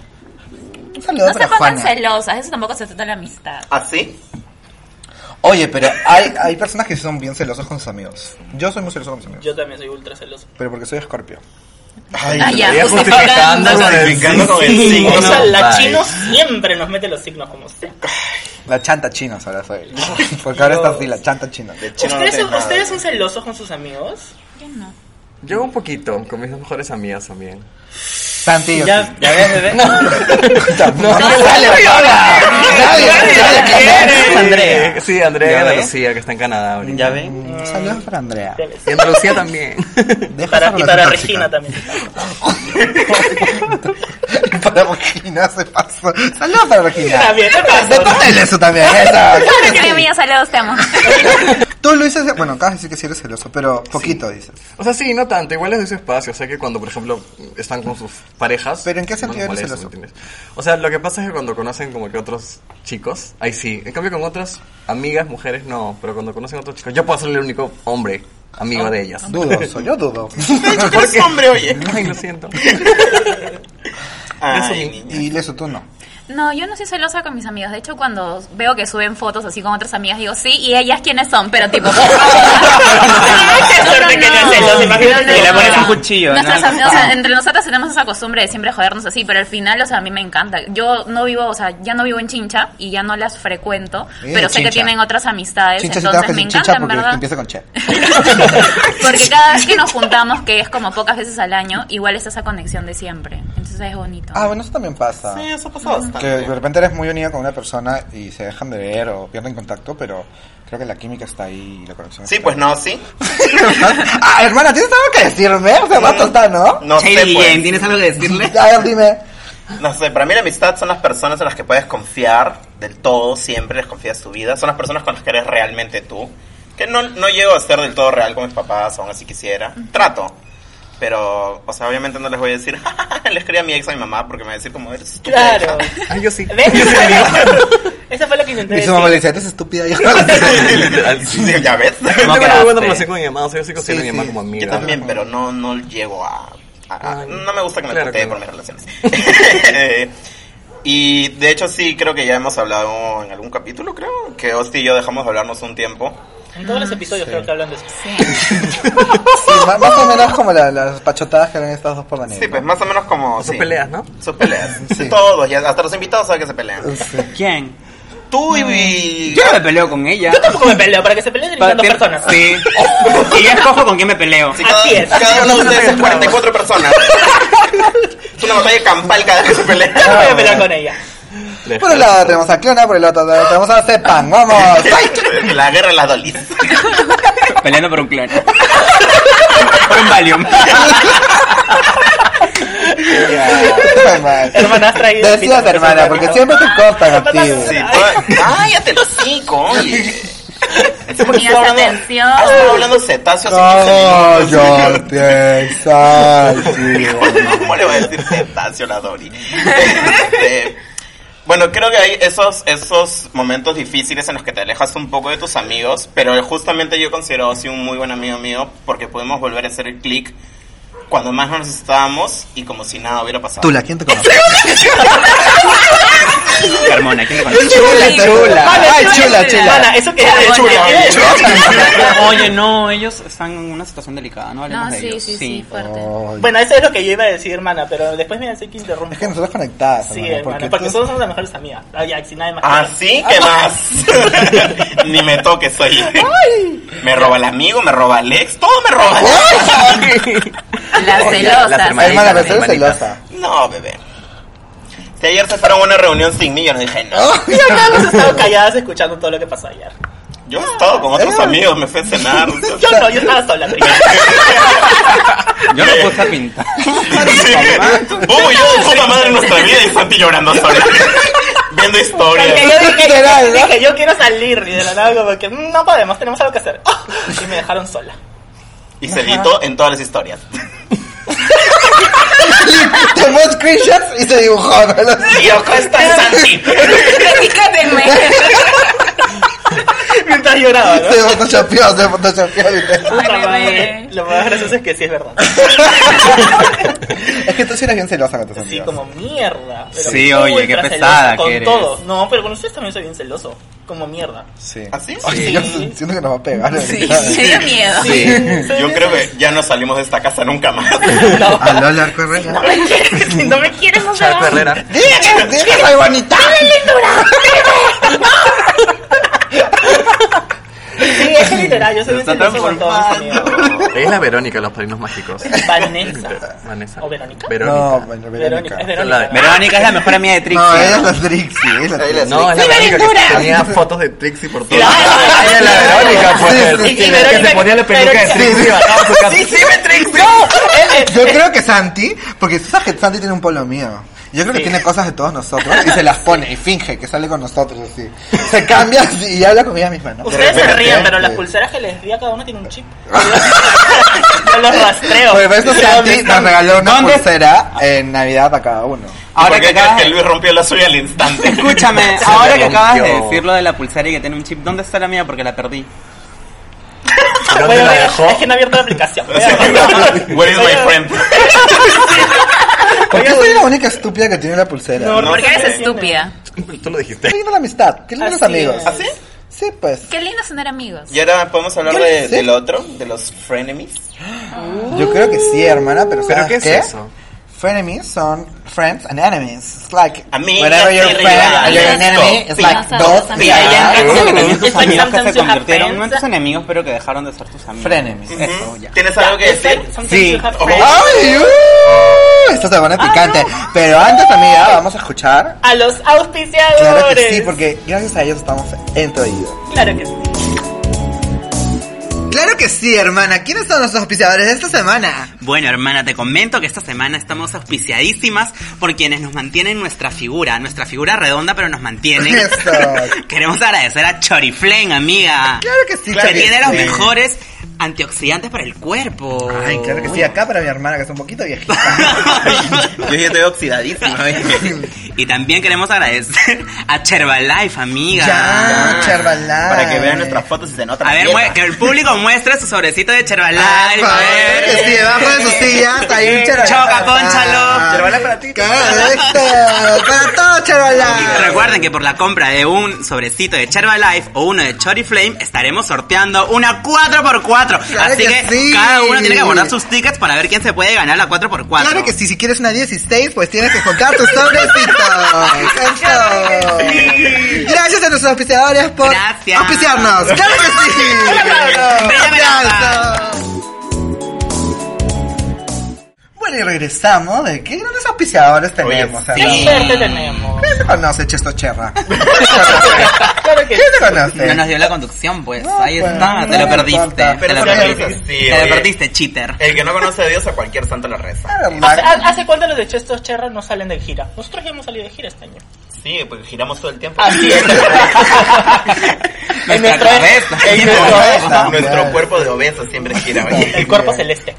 D: Un saludo
H: No se
D: para
H: pongan
D: Juana.
H: celosas, eso tampoco se trata de la amistad.
F: ¿Así?
D: Oye, pero hay, hay personas que son bien celosas con sus amigos. Yo soy muy celoso con mis amigos.
B: Yo también soy ultra celoso.
D: Pero porque soy escorpio.
F: Ay,
H: Ah, ya,
G: Estaría justificando
H: justificando.
G: con el
F: Justificando con el
G: sí,
F: signo.
G: sí,
B: O sea,
G: no,
B: la
G: bye.
B: chino siempre nos mete los signos como sea.
D: La chanta china ahora soy. Porque ahora está así, la chanta china.
F: Chino, no
B: ¿Ustedes,
F: tengo nada.
B: ¿ustedes son celosos con sus amigos?
H: Yo no.
G: Yo un poquito, con mis mejores amigas también.
D: Santi, yo sí.
E: Ya ves, bebé.
D: No,
H: no,
D: sale, Nadie,
E: ¿Quién? Andrea.
G: Sí, Andrea
E: ¿Ya
G: y Ana
E: ve?
G: Lucía, que está en Canadá ahorita.
E: ¿Ya ven?
D: Mm, Saludos para Andrea.
B: Debe ser.
G: Y Ana Lucía también.
D: Deja
B: Para-
D: esa
B: y
D: relación
B: para
D: tóxica.
B: Regina también.
D: para Regina se pasó. Saludos para Regina.
B: También, ¿qué pasó?
D: De parte de eso también. Eso.
H: Creo que mía saludos, te amo.
D: Tú lo dices, bueno, acabas de decir que sí eres celoso, pero poquito dices.
G: O sea, sí, no tanto. Igual les doy su espacio. O sea, que cuando, por ejemplo, están con sus parejas...
D: Pero ¿en qué
G: no
D: sentido
G: les
D: eres
G: molesta,
D: celoso?
G: ¿me entiendes? O sea, lo que pasa es que cuando conocen como que otros chicos, ahí sí. En cambio, con otras amigas, mujeres, no. Pero cuando conocen a otros chicos, yo puedo ser el único hombre amigo de ellas.
D: Dudoso, yo dudo.
F: ¿Por qué? hombre, oye?
G: Ay, lo siento.
F: Ay, niña.
D: Y eso tú no.
H: No, yo no soy celosa con mis amigas. De hecho, cuando veo que suben fotos así con otras amigas, digo, sí, ¿y ellas quiénes son? Pero tipo...
B: suerte que no es celosa, imagínate,
E: y le pones un cuchillo, ¿no?
H: Nuestras am- o sea, entre nosotras tenemos esa costumbre de siempre jodernos así, pero al final, o sea, a mí me encanta. Yo no vivo, o sea, ya no vivo en Chincha y ya no las frecuento,
D: Bien,
H: pero sé
D: Chincha.
H: que tienen otras amistades,
D: Chincha, si
H: entonces
D: trabajas
H: me
D: en
H: encanta,
D: chicha,
H: en
D: porque
H: verdad.
D: empieza con che.
H: Porque cada vez que nos juntamos, que es como pocas veces al año, igual está esa conexión de siempre. Entonces es bonito.
D: Ah, bueno, eso también pasa.
F: Sí, eso pasó bastante.
D: Que de repente eres muy unida con una persona y se dejan de ver o pierden contacto, pero creo que la química está ahí y la conexión.
F: Sí,
D: está
F: pues
D: ahí.
F: no, sí.
D: ah, hermana, ¿tienes algo que decirme? O sea, rato está, ¿no?
F: No sé,
E: Shady
F: pues.
E: Jane, ¿tienes algo que decirle?
D: A ver, dime.
F: No sé, para mí la amistad son las personas en las que puedes confiar del todo, siempre les confías tu vida. Son las personas con las que eres realmente tú. Que no, no llego a ser del todo real con mis papás, aún así quisiera. Trato. Pero, o sea, obviamente no les voy a decir, "Ja, ja, ja", le escribí a mi ex a mi mamá porque me va a decir como eres estúpida,
B: Claro.
F: hija".
G: Ay, yo sí.
B: ¿Ves? Eso- Eso fue lo que intenté
D: Y
B: decir.
D: su mamá le dice, eres estúpida. Yo
F: Literal, sí, sí, ya ves.
G: Yo
E: No
G: tengo una buena
E: quedaste.
G: relación con mi mamá. O sea, yo sí considero
D: Sí,
G: a mi mamá
D: sí.
G: como amiga.
F: Yo también, pero no, no llego a... a- a-
G: Ay,
F: no me gusta que me
G: claro
F: traté
G: que no.
F: por mis relaciones. y de hecho sí, creo que ya hemos hablado en algún capítulo, creo, que Osti y yo dejamos de hablarnos un tiempo.
B: En todos los episodios creo que hablan de eso.
D: más, más o menos como la- las pachotadas que eran estas dos por la
F: Sí, pues más o menos como...
G: Sus
F: sí.
G: peleas, ¿no?
F: Sus peleas.
D: Sí.
F: Todos, ya, hasta los invitados saben que se pelean.
E: ¿Quién?
F: Tú y...
G: Mm.
E: Yo no me peleo con ella.
B: Yo tampoco me peleo, para que se peleen
E: Pa-
B: eliminando personas.
E: Sí. Y yo escojo con quién me peleo.
F: Sí, cada-
B: Así es.
F: Cada uno de ustedes es 44 personas. es una batalla campal cada vez que se
B: Yo no
F: pelea.
B: voy a pelear con ella.
D: Por un lado tenemos a Cleona, por el otro lado tenemos a Cepan. ¡Vamos! ¡Ay!
F: Oh, La guerra de las dolis.
E: Peleando por un clon. Por un Valium.
B: Hermana, has traído el
D: Decías,
B: pito,
D: hermana, porque siempre te cortan a ti.
F: Sí, toda- cállate los cinco, oye.
H: Ponías atención.
F: Has estado hablando cetáceos y
D: ¡Oh, yo te exalto!
F: ¿Cómo le va a decir cetáceo a la Dori? Este, bueno, creo que hay esos, esos momentos difíciles en los que te alejas un poco de tus amigos, pero justamente yo considero así un muy buen amigo mío porque pudimos volver a hacer el click cuando más nos necesitábamos y como si nada hubiera pasado.
D: Tula, ¿quién te conoce?
E: Carmona, ¿quién le conoce?
H: Chula, chula.
E: Ay, chula, chula.
B: Mana, eso que es
F: chula,
E: Oye, no, ellos están en una situación delicada, ¿no? Hablemos
H: No,
E: de
H: sí,
E: ellos.
H: sí, sí, fuerte.
D: Oh.
B: Bueno, eso es lo que yo iba a decir, hermana, pero después me decir que interrumpo.
D: Es que nosotros conectadas.
B: Sí,
D: hermana,
B: hermana, porque,
D: tú-
B: nosotros somos las mejores amigas. Ah, ya, sin nada más.
F: Así que más. Ni me toque, soy libre. Me roba el amigo, me roba el ex, todo me roba.
H: Las celosas.
E: las
D: Ay, hermana,
E: Hermanita,
D: pero tú eres
E: hermanita.
D: celosa.
F: No, bebé. Si ayer se fueron a una reunión sin mí, yo no dije
D: Oh.
F: no.
B: Y acá hemos estado calladas escuchando todo lo que pasó ayer.
F: Yo he estado con otros amigos, me fui a cenar.
B: Yo no, yo estaba sola. ¿no?
E: Yo me puse a pintar.
F: Hugo y yo de puta madre en nuestra vida y Santi llorando sola. Viendo historias.
B: Porque yo dije,
D: Literal, ¿no?
B: dije, yo quiero salir. Y de la nada, como que "Mm, no podemos, tenemos algo que hacer. Y me dejaron sola.
F: Y se editó en todas las historias.
D: Tomó screenshots y se dibujó. ¿no? Los-
F: Y yo, ¿cómo estás, Santi?
H: Critíquenme.
B: Mientras lloraba, ¿no?
D: Se photoshopeó, se photoshopeó. literal.
B: Puta
H: Ay,
B: madre.
H: bebé.
B: Lo más gracioso es que sí es verdad.
D: Es que tú sí eres bien celosa con tus
B: Sí,
D: amigos.
B: como mierda. Pero
E: Sí,
B: ultra
E: oye, qué
B: celosa
E: pesada
B: con
E: que eres.
B: todo. No, pero con ustedes también soy bien celoso. Como mierda.
D: Sí.
F: ¿Así?
D: Oye, yo siento que nos va a pegar.
H: Sí, me dio miedo.
F: Yo creo que ya no salimos de esta casa nunca más.
D: Aló, Larco Herrera.
H: Si no me quieres, no se
E: Charco
H: va.
E: Herrera.
D: ¡Dile que soy bonita!
B: Sí, es que literal, yo soy bien
E: Está
B: celoso con todos mis amigos.
G: Es la Verónica de los Padrinos Mágicos.
B: Vanessa.
G: Vanessa.
B: ¿O Verónica?
D: No,
G: Verónica.
D: bueno,
B: Verónica. Ah, Es
D: Verónica.
B: Verónica.
G: La de-
E: Verónica es la mejor amiga de
D: No, ella es
E: Trixie.
D: la Trixie. es la Trixie.
G: No, es la Verónica que tenía fotos de Trixie por todo.
B: Ay,
G: Ella es la Verónica, pues.
D: Sí, sí,
G: que-
B: sí,
G: que
B: Verónica-
G: se ponía la peluca de
B: Verónica-
G: Trixie y bajaba su casa.
D: Yo creo que Santi, porque tú sabes que Santi tiene un polo mío. Yo creo que tiene cosas de todos nosotros y se las pone y finge que sale con nosotros así. Se cambia así y habla con ella misma, ¿no?
B: Ustedes se
D: Pero-
B: ríen, pero las pulseras que les di a cada uno tienen un chip. Yo los rastreo.
D: Por eso Santi
B: Realmente.
D: nos regaló una
E: ¿Dónde-
D: pulsera en Navidad a cada uno.
E: Ahora que
F: Porque crees
E: acabas
F: que Luis rompió la suya al instante.
E: Escúchame, ahora que
G: rompió.
E: acabas de decir lo de la pulsera y que tiene un chip, ¿dónde está la mía? Porque la perdí.
G: ¿Dónde
B: Bueno,
G: la
B: bueno,
G: dejó?
B: Es que no he abierto la aplicación. Voy a-
F: Where is my friend?
D: ¿Por qué soy la única estúpida que tiene la pulsera?
B: No,
D: No,
B: no.
H: Porque
F: sé.
H: eres estúpida.
G: Tú lo dijiste.
D: Qué linda la amistad, qué lindos los
B: Así
D: amigos.
B: es. ¿Ah, sí?
D: Sí, pues.
H: Qué lindo sonar amigos.
F: Y ahora podemos hablar
D: ¿Qué
F: de,
D: dice?
F: del otro, de los frenemies.
D: Yo creo que sí, hermana, pero ¿sabes
G: ¿Pero qué es eso?
D: Frenemies son friends and enemies. It's like,
F: Amigas
D: whenever
F: y
D: you're friend
F: rivales.
D: and you're an enemy,
F: Sí.
D: it's like
H: Sí.
D: dos
H: Sí.
D: y allá.
E: Hay gente que tiene
B: It's
E: tus
B: like
E: Ah, amigos que
B: sometimes
E: se
B: you have
E: convirtieron no en
B: friends.
E: tus enemigos, pero que dejaron de ser tus amigos.
D: Frenemies,
E: Oh,
D: eso, ya.
F: ¿Tienes algo que decir?
B: Sometimes
E: Sí.
B: you have
F: Ojo.
B: friends.
D: ¡Ay, uh! Esto se pone picante. Pero antes, amiga, vamos a escuchar.
B: A los auspiciadores.
D: Claro que sí, porque gracias a ellos estamos en tu oído.
B: Claro que sí.
D: Claro que sí, hermana. ¿Quiénes son los auspiciadores de esta semana?
E: Bueno, hermana, te comento que esta semana estamos auspiciadísimas por quienes nos mantienen nuestra figura. Nuestra figura redonda, pero nos mantienen.
D: Eso.
E: Queremos agradecer a Choriflen, amiga.
D: Claro que sí,
E: Que tiene los
D: Choriflen.
E: mejores antioxidantes para el cuerpo.
D: Ay, claro que sí. Acá para mi hermana, que es un poquito viejita.
F: Yo ya estoy oxidadísima. ¿eh?
E: Y también queremos agradecer a Chervalife, amiga.
D: ya, Charbalá.
F: Para que vean nuestras fotos y se nota.
E: A
F: la
E: ver,
F: dieta.
E: mue- que el público muestre su sobrecito de Chervalife. a ver.
D: Claro que sí, debajo de sus sillas hay un Charbalá.
E: Choca, pónchalo.
D: Charbalá para ti. Correcto. Para todo, Charbalá.
E: Recuerden que por la compra de un sobrecito de Life o uno de Chori Flame estaremos sorteando una 4x4.
D: Claro
E: Así
D: que
E: que,
D: sí.
E: cada uno tiene que guardar sus tickets para ver quién se puede ganar la 4x4.
D: Claro que sí, si quieres una 16, pues tienes que contar tus sobrecitos. Eso. Gracias a nuestros auspiciadores por
E: Gracias.
D: auspiciarnos. ¡Claro que sí!
E: Bella
D: ¡Aplausos! Bueno, y regresamos. ¿De qué grandes auspiciadores tenemos?
F: sí.
B: ¿Qué
D: Ana?
B: suerte tenemos?
D: ¿Quién te conoce, Chesto Cherra?
B: Claro que
D: ¿Quién te
E: No nos
D: conoce?
E: dio la conducción, pues.
D: No,
E: Ahí
D: pues,
E: está,
D: no
E: te lo
D: me
E: perdiste.
D: importa.
E: Te lo
F: Pero sí,
E: perdiste.
F: sí,
E: Te
F: oye.
E: lo perdiste, cheater.
F: El que no conoce a Dios a cualquier santo le reza.
D: Claro,
B: ¿Hace,
D: Marco.
B: ha- hace cuánto los de Chestos Cherra no salen de gira? Nosotros ya hemos salido de gira este año.
F: Sí, porque giramos todo el tiempo.
B: Así es.
E: Nuestra
B: nuestra-
E: cabeza.
F: Nuestro-
D: nuestra-
F: Nuestro cuerpo de obeso siempre gira. oye.
B: El cuerpo celeste.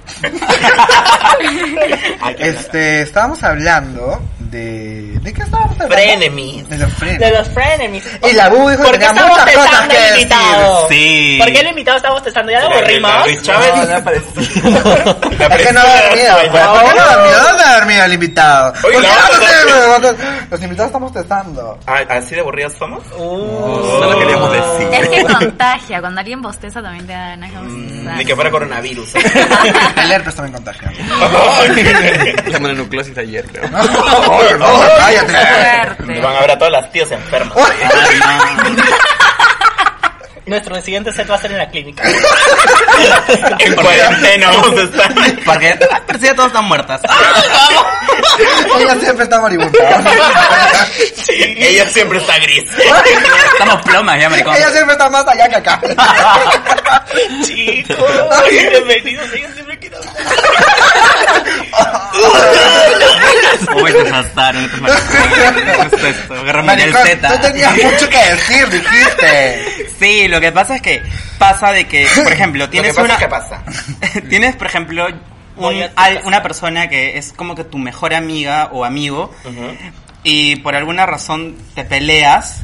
F: Ay, qué
D: Este, estábamos hablando de... ¿De qué estábamos hablando?
C: Frenemies.
D: De los frenemies.
B: De los frenemies.
D: Y la Bubu dijo que
B: ¿Por qué
D: tenía
B: estamos
D: muchas cosas
B: testando
D: que
B: el
D: decir.
B: invitado?
F: Sí.
B: ¿Por qué el invitado estamos testando? ¿Ya lo aburrimos?
F: Chávez.
D: No, no Es
F: Es
D: que no dormido. ¿Por qué no dormido? No dormido el invitado. ¿Por qué
F: Uy,
D: no dormido? Los invitados estamos testando.
F: Ah, ¿Así de aburridos somos?
B: Uh.
F: No lo queríamos decir.
H: Es que contagia, cuando alguien bosteza también te da ganas de bostezar.
F: Ni que fuera coronavirus.
D: El herpes también contagia.
G: La mononucleosis de ayer, creo.
D: Por favor, cállate.
H: Fuerte.
F: Van a ver a todas las tías enfermas.
E: Ah,
B: Nuestro siguiente set va a ser en la clínica.
F: en cuarentena vamos a estar.
E: Porque pero si ya todas están muertas.
D: Ella siempre está moribunda.
F: Ella siempre está gris.
E: Estamos plomas ya, maricón.
D: Ella siempre está más allá que acá.
B: Chicos, bienvenidos. Yo siempre quiero
E: Uy, te saltaron estos maricones. ¿Qué es esto? Agárrame el
D: Maricón,
E: Z.
D: tú tenías mucho que decir, dijiste.
E: Sí, lo que pasa es que pasa de que, por ejemplo,
F: Lo que
E: tienes
F: pasa
E: una
F: es que pasa.
E: tienes, por ejemplo, un-
B: Voy a tu
E: al-
B: casa.
E: una persona que es como que tu mejor amiga o amigo y por alguna razón te peleas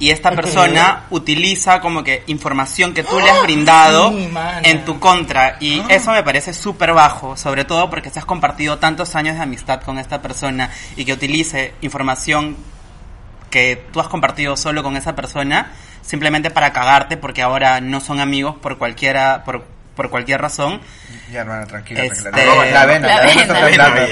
E: y esta persona utiliza como que información que tú le has brindado
B: Sí, mana.
E: en tu contra y eso me parece súper bajo, sobre todo porque si has compartido tantos años de amistad con esta persona y que utilice información que tú has compartido solo con esa persona simplemente para cagarte porque ahora no son amigos por cualquiera por, por cualquier razón
D: Ya, hermano, tranquila,
E: Este-
D: tranquila. La vena, la vena.
H: La
F: vena.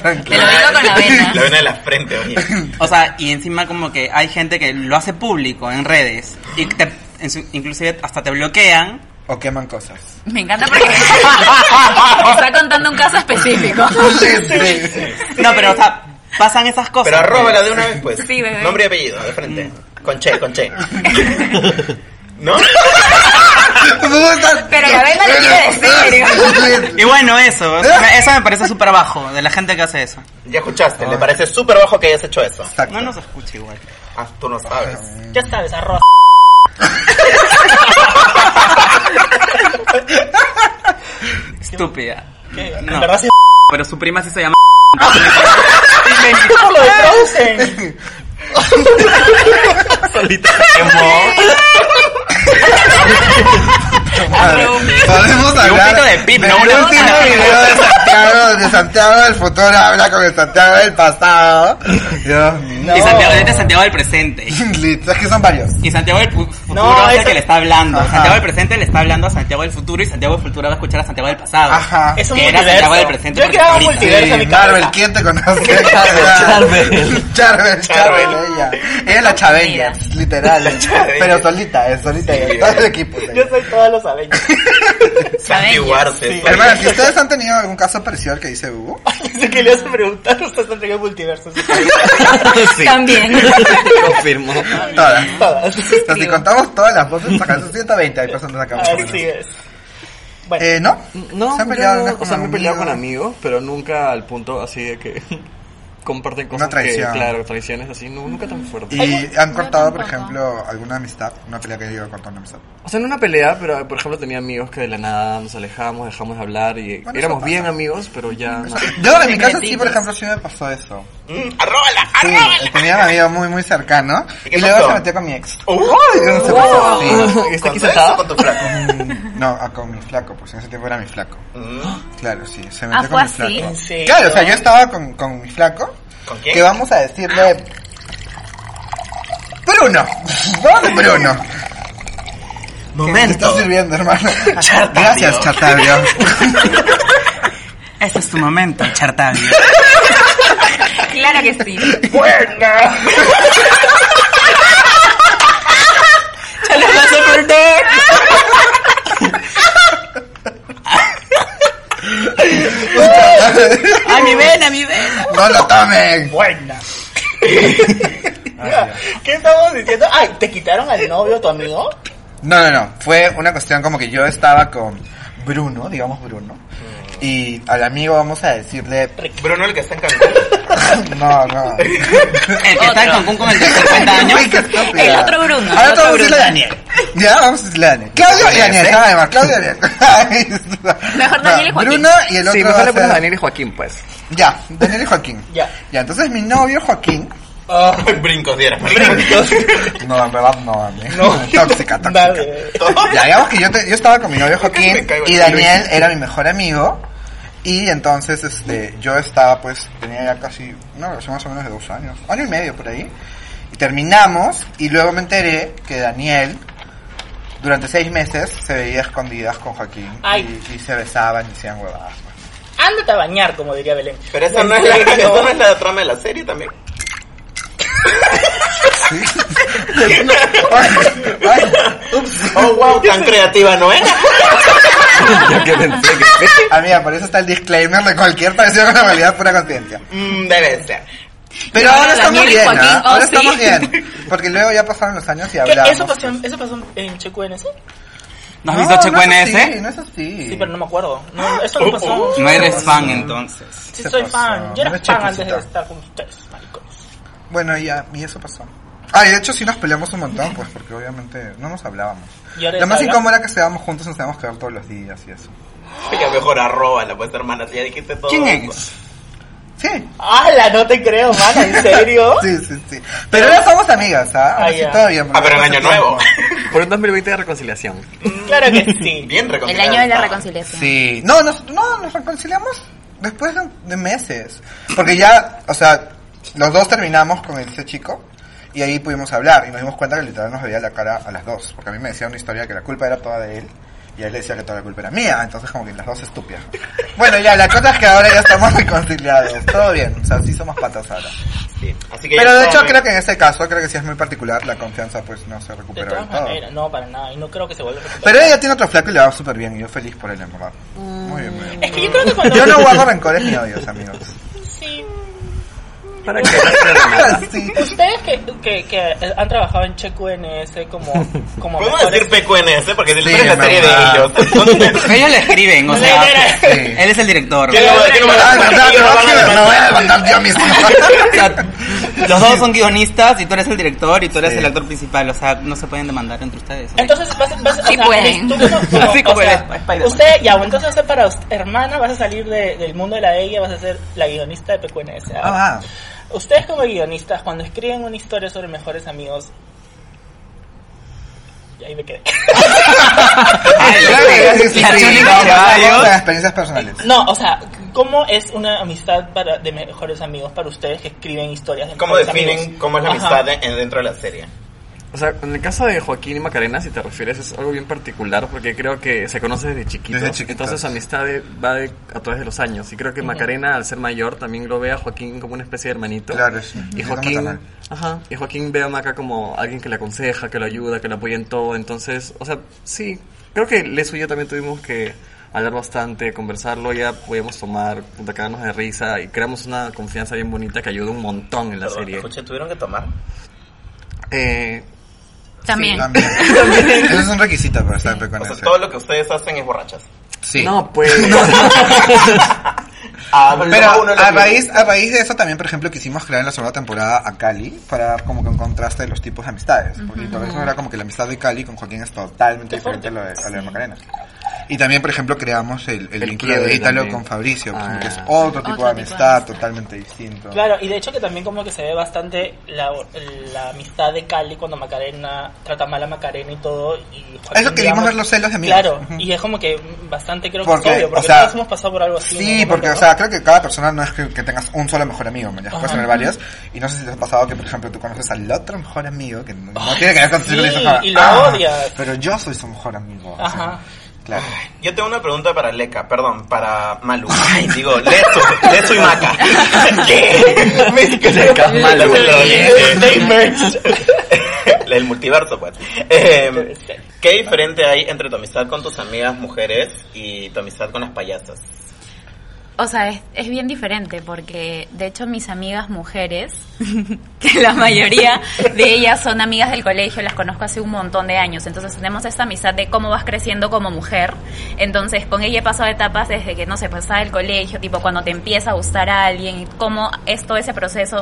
D: tranquila.
H: Pero vengo con la vena.
F: La vena de la frente, oye.
E: o sea y encima como que hay gente que lo hace público en redes y te- en su- inclusive hasta te bloquean
D: O queman cosas.
H: Me encanta porque está contando un caso específico.
E: no pero o sea pasan esas cosas
F: Pero arróbala de una vez, pues.
H: Sí, bebé.
F: Nombre y apellido, de frente. Conche, conche. ¿No?
H: Pero la vena lo quiere
D: decir.
E: y bueno eso o sea, me- eso me parece súper bajo de la gente que hace eso
F: Ya escuchaste, le parece súper bajo que hayas hecho eso.
D: Exacto.
E: no nos escucha igual
F: Ah, tú no sabes.
B: Ya sabes, arroz.
E: estúpida
B: ¿Qué?
E: No.
B: En verdad sí.
E: pero su prima sí se llama
B: Inventó por lo de Frozen.
D: Podemos hablar.
E: poquito de pip, ¿no?
D: del
E: Una
D: último
E: cosa.
D: video de Santiago, de Santiago del futuro habla con el Santiago del pasado. Dios mío.
E: y Santiago este es Santiago del presente
D: Listo, es que son varios.
E: Y Santiago del pu- futuro
B: No,
E: es el
B: ese-
E: que le está hablando.
D: Ajá.
E: Santiago del presente le está hablando a Santiago del futuro y Santiago del futuro va a escuchar a Santiago del pasado.
D: Ajá.
B: Es un
E: Que era
B: multiverso.
E: Santiago del presente.
B: Yo
E: porque
B: creaba un
E: ahorita.
B: multiverso.
D: Sí,
B: en mi
D: Marvel,
B: cabeza.
D: ¿quién te conoce? Charvel, Charvel, Charvel, ella. Ella es la Chavengers, literal.
F: Chavengers.
D: Pero solita, es solita ella. Todo el equipo.
B: Yo soy todos los Avengers.
F: Santiguarse.
D: Hermana, si ustedes han tenido algún caso parecido al que dice Hugo,
B: Pensé que le ibas a preguntar. Ustedes han tenido multiversos.
H: decir. También.
G: Confirmo.
D: todas.
B: Todas.
D: Entonces, si contamos todas las voces, sacamos 120 hay personas acá.
B: Así es. Bueno.
D: Eh, ¿no?
G: No,
D: ¿Se han
G: yo
D: peleado
G: no,
D: alguna
G: o sea, me he peleado con
D: amiga?
G: amigos, pero nunca al punto así de que comparten cosas
D: Una traición.
G: que, claro, traiciones así, no, nunca tan fuerte.
D: ¿Y han cortado, por
H: tampoco.
D: ejemplo, alguna amistad? Una pelea que yo cortado una amistad.
G: O sea, en una pelea, pero por ejemplo tenía amigos que de la nada nos alejamos, dejamos de hablar y
D: Bueno,
G: éramos
D: eso
G: bien amigos, pero ya... no.
D: Yo, en mi caso, sí, por ejemplo, sí me pasó eso.
F: Mm, Arróbala,
D: Sí, eh,
F: arróbala.
D: tenía un amigo muy, muy cercano.
F: ¿Y qué
D: Y luego
F: pasó? Uh,
D: se metió con mi ex.
F: Uy,
D: Yo no sé por qué. Sí.
G: ¿Está aquí
F: ¿Con
G: sentado?
F: sexo o con tu flaco?
D: Mm, No, ah, con mi flaco, pues en ese tiempo era mi flaco.
F: Mm.
D: Claro, sí, se metió
H: Ah,
D: con
H: ¿fue
D: mi
H: así?
D: flaco.
B: ¿En serio?
D: Claro, o sea, yo estaba con, con mi flaco.
F: ¿Con
D: Que
F: quién?
D: vamos a decirle. Bruno. Vamos, Bruno. Te está sirviendo, hermano. Gracias, Chatavio.
E: Ese es tu momento, Chartavio.
H: Claro que sí.
E: ¡Ya le vas a perder! ¡A mi vena, a mi vena!
D: No lo tomen.
B: Buena. ¿Qué estamos diciendo? Ay, ¿te quitaron al novio, tu amigo?
D: No, no, no. Fue una cuestión como que yo estaba con Bruno, digamos Bruno. Y al amigo vamos a decirle.
F: Bruno, el que está en Cancún.
D: No, no.
E: El que está en Cancún con el de 50 años.
D: Uy, qué estúpida.
H: El otro Bruno,
D: Ahora
H: el otro
D: vamos a decirle
H: Bruno.
D: Daniel. Ya, vamos a decirle Daniel. Claudio y Daniel. nada más, Claudio y Daniel.
H: Mejor Daniel y Joaquín.
D: Bruno y el otro.
G: Sí,
D: va a
G: mejor le pones
D: ser-
G: a Daniel y Joaquín, pues.
D: Ya, Daniel y Joaquín.
B: Ya.
D: Ya, entonces mi novio Joaquín.
F: Ay, brincos dieras.
D: No, en verdad no, a mí. tóxica, tóxica.
B: Nadie.
D: Ya, digamos que yo, te- yo estaba con mi novio
F: Me
D: Joaquín
F: caigo
D: y
F: en
D: Daniel era mi mejor amigo. Y entonces este, yo estaba, pues, tenía ya casi una relación más o menos de dos años, año y medio por ahí. Y terminamos y luego me enteré que Daniel durante seis meses se veía a escondidas con Joaquín.
B: Ay.
D: Y, y se besaban y hacían huevadas. pues.
B: Ándate a bañar, como diría Belén.
F: Pero esa no, es la, esa no es la trama de la serie también.
D: Ay, ay, ups.
F: Oh, wow, tan creativa no era.
G: Ya que pensé que-
D: Amiga, por eso está el disclaimer de cualquier parecido con la realidad pura conciencia.
F: Mm, debe ser.
D: Pero
H: No,
D: ahora estamos
H: Daniel y
D: bien,
H: Joaquín,
D: ¿ah?
H: oh,
D: Ahora
H: sí.
D: estamos bien. Porque luego ya pasaron los años y
B: ¿Qué?
D: hablamos.
B: ¿Eso pasó, en- ¿Eso pasó en- en ChQNS?
E: ¿No has visto Checo
D: no
E: en
D: es así,
E: ese?
D: No es así.
B: Sí, pero no me acuerdo. No, eso no pasó.
E: No eres fan entonces.
B: Sí,
D: Se
B: soy
D: pasó.
B: fan. Yo
D: No
B: era
D: es
B: fan antes de
D: chequecita.
B: estar con ustedes, maricones.
D: Bueno, ya, y eso pasó. Ah, y de hecho sí nos peleamos un montón, pues, porque obviamente no nos hablábamos.
B: ¿Y ahora
D: Lo más
B: hablan?
D: incómodo era que estábamos juntos y nos teníamos que ver todos los días y eso.
F: Oye, mejor arróbala, pues hermana, si ya dijiste todo.
E: ¿Quién es?
D: Sí,
B: ¡Hala! No te creo, mana, ¿en serio?
D: sí, sí, sí. Pero ahora somos amigas, ¿ah? Ahora
B: Ah,
D: sí
B: ya.
D: todavía.
F: Ah, pero en Año Nuevo.
G: Por un 2020 de reconciliación.
B: Claro que sí.
F: Bien
H: El
F: recomendado.
H: año de la reconciliación.
D: Sí. No, nos, no, nos reconciliamos después de, de meses. Porque ya, o sea, los dos terminamos con ese chico y ahí pudimos hablar y nos dimos cuenta que literal nos veía la cara a las dos. Porque a mí me decía una historia que la culpa era toda de él y a él le decía que toda la culpa era mía. Entonces como que las dos estúpidas. Bueno, ya, la cosa es que ahora ya estamos reconciliados. Todo bien, o sea, sí somos patas ahora.
F: Sí. Así que
D: Pero
F: ya
D: de hecho
F: saben.
D: creo que en este caso, creo que sí es muy particular, la confianza pues no se
B: De
D: recupera del
B: todas
D: todo.
B: maneras, no, para nada. Y no creo que se vuelva a recuperar.
D: Pero ella tiene otro flaco y le va súper bien y yo feliz por él, en verdad. Muy bien, muy bien.
B: Es que yo creo que cuando...
D: Yo no guardo rencores ni odios, amigos.
B: Sí.
G: ¿Para qué? Pero
D: Sí.
B: Ustedes que, que, que han trabajado en ChQNS como... como
F: Podemos decir PQNS porque si
D: Sí,
F: le pones la serie de
D: mamá.
F: ellos.
E: Ellos le escriben, o sea,
B: Sí.
E: él es el director.
F: Yo no- yo no me la-
D: Ah, es verdad,
F: yo no me la-
D: no voy a mandar yo mis
E: O sea, los dos son guionistas y tú eres el director y tú eres
D: Sí.
E: el actor principal, o sea, no se pueden demandar entre ustedes. ¿ok?
B: Entonces vas a... Vas, a- o
H: Sí
B: sea,
H: pueden.
B: tú como- como-
E: Así como
B: o sea,
E: el Spider-Man.
B: Usted, ya, bueno, entonces usted para usted- hermana vas a salir de- del mundo de la de ella, vas a ser la guionista de PQNS. ahora.
D: Ah,
B: Ustedes como guionistas, cuando escriben una historia sobre mejores amigos... Y ahí me quedé.
E: Ay,
D: claro, sí, sí, sí,
E: la
D: sí,
E: chulita
D: vamos,
E: de
D: vamos a
E: varios.
D: experiencias personales.
B: No, o sea, ¿cómo es una amistad para, de mejores amigos para ustedes que escriben historias de
F: ¿Cómo
B: mejores
F: definen
B: amigos?
F: cómo es la
B: Ajá.
F: amistad eh? en- dentro de la serie?
G: O sea, en el caso de Joaquín y Macarena, si te refieres, es algo bien particular porque creo que se conoce desde chiquitos.
D: Desde chiquitos.
G: Entonces su amistad de- va de- a través de los años. Y creo que Macarena, al ser mayor, también lo ve a Joaquín como una especie de hermanito.
D: Claro, sí.
G: Y
D: Es
G: Joaquín,
D: maternal.
G: ajá, y Joaquín ve a Maca como alguien que le aconseja, que lo ayuda, que lo apoya en todo. Entonces, o sea, sí, creo que Lesu y yo también tuvimos que hablar bastante, conversarlo, ya podíamos tomar, puta, cagarnos de risa y creamos una confianza bien bonita que ayuda un montón en la
F: Perdón,
G: serie.
F: escuché, ¿tuvieron que tomar?
G: Eh,
H: También.
D: También. Eso es un requisito para estar
F: O sea,
D: pecones.
F: todo lo que ustedes hacen es borrachas.
D: Sí.
G: No, pues...
D: Pero a raíz, a raíz de eso también, por ejemplo, quisimos crear en la segunda temporada a Cali para dar como que un contraste de los tipos de amistades. Porque por eso era como que la amistad de Cali con Joaquín es totalmente diferente a lo de, a lo de Macarena. Y también, por ejemplo, creamos el, el
G: El
D: vínculo de
G: quiebre
D: Ítalo
G: también.
D: con Fabricio, que
G: Ah.
D: es otro tipo
H: Otro
D: de
H: tipo de
D: amistad
H: amistad.
D: totalmente distinto.
B: Claro, y de hecho que también como que se ve bastante la, la amistad de Cali cuando Macarena trata mal a Macarena y todo. Y Joaquín,
D: Eso que vimos
B: digamos-
D: ver los celos de amigos.
B: Claro,
D: Ujú.
B: y es como que bastante creo
D: Porque,
B: que es obvio,
D: o
B: porque
D: sea,
B: todos hemos pasado por algo así. en
D: Sí,
B: algún
D: porque, o
B: momento,
D: sea, creo que cada persona no es que, que tengas un solo mejor amigo, ya
B: Ajá.
D: puedes tener varios. Y no sé si te ha pasado que, por ejemplo, tú conoces al otro mejor amigo que no, no tiene que ver con tu
B: sí,
D: círculo social.
B: y lo odias.
D: ah, Pero yo soy su mejor amigo. o
B: Ajá.
D: sea, claro.
F: Yo tengo una pregunta para Leca, perdón, para Malu. Ay, digo, Leto, Leto y Maca. ¿Qué? Me dice que Leca, Malu. eh,
B: They
F: El multiverso, pues. Eh, ¿Qué diferente hay entre tu amistad con tus amigas mujeres y tu amistad con las payasas?
H: O sea, es, es bien diferente porque, de hecho, mis amigas mujeres, que la mayoría de ellas son amigas del colegio, las conozco hace un montón de años, entonces tenemos esta amistad de cómo vas creciendo como mujer. Entonces, con ella he pasado etapas desde que, no sé, pasaba el colegio, tipo cuando te empieza a gustar a alguien, y cómo es todo ese proceso,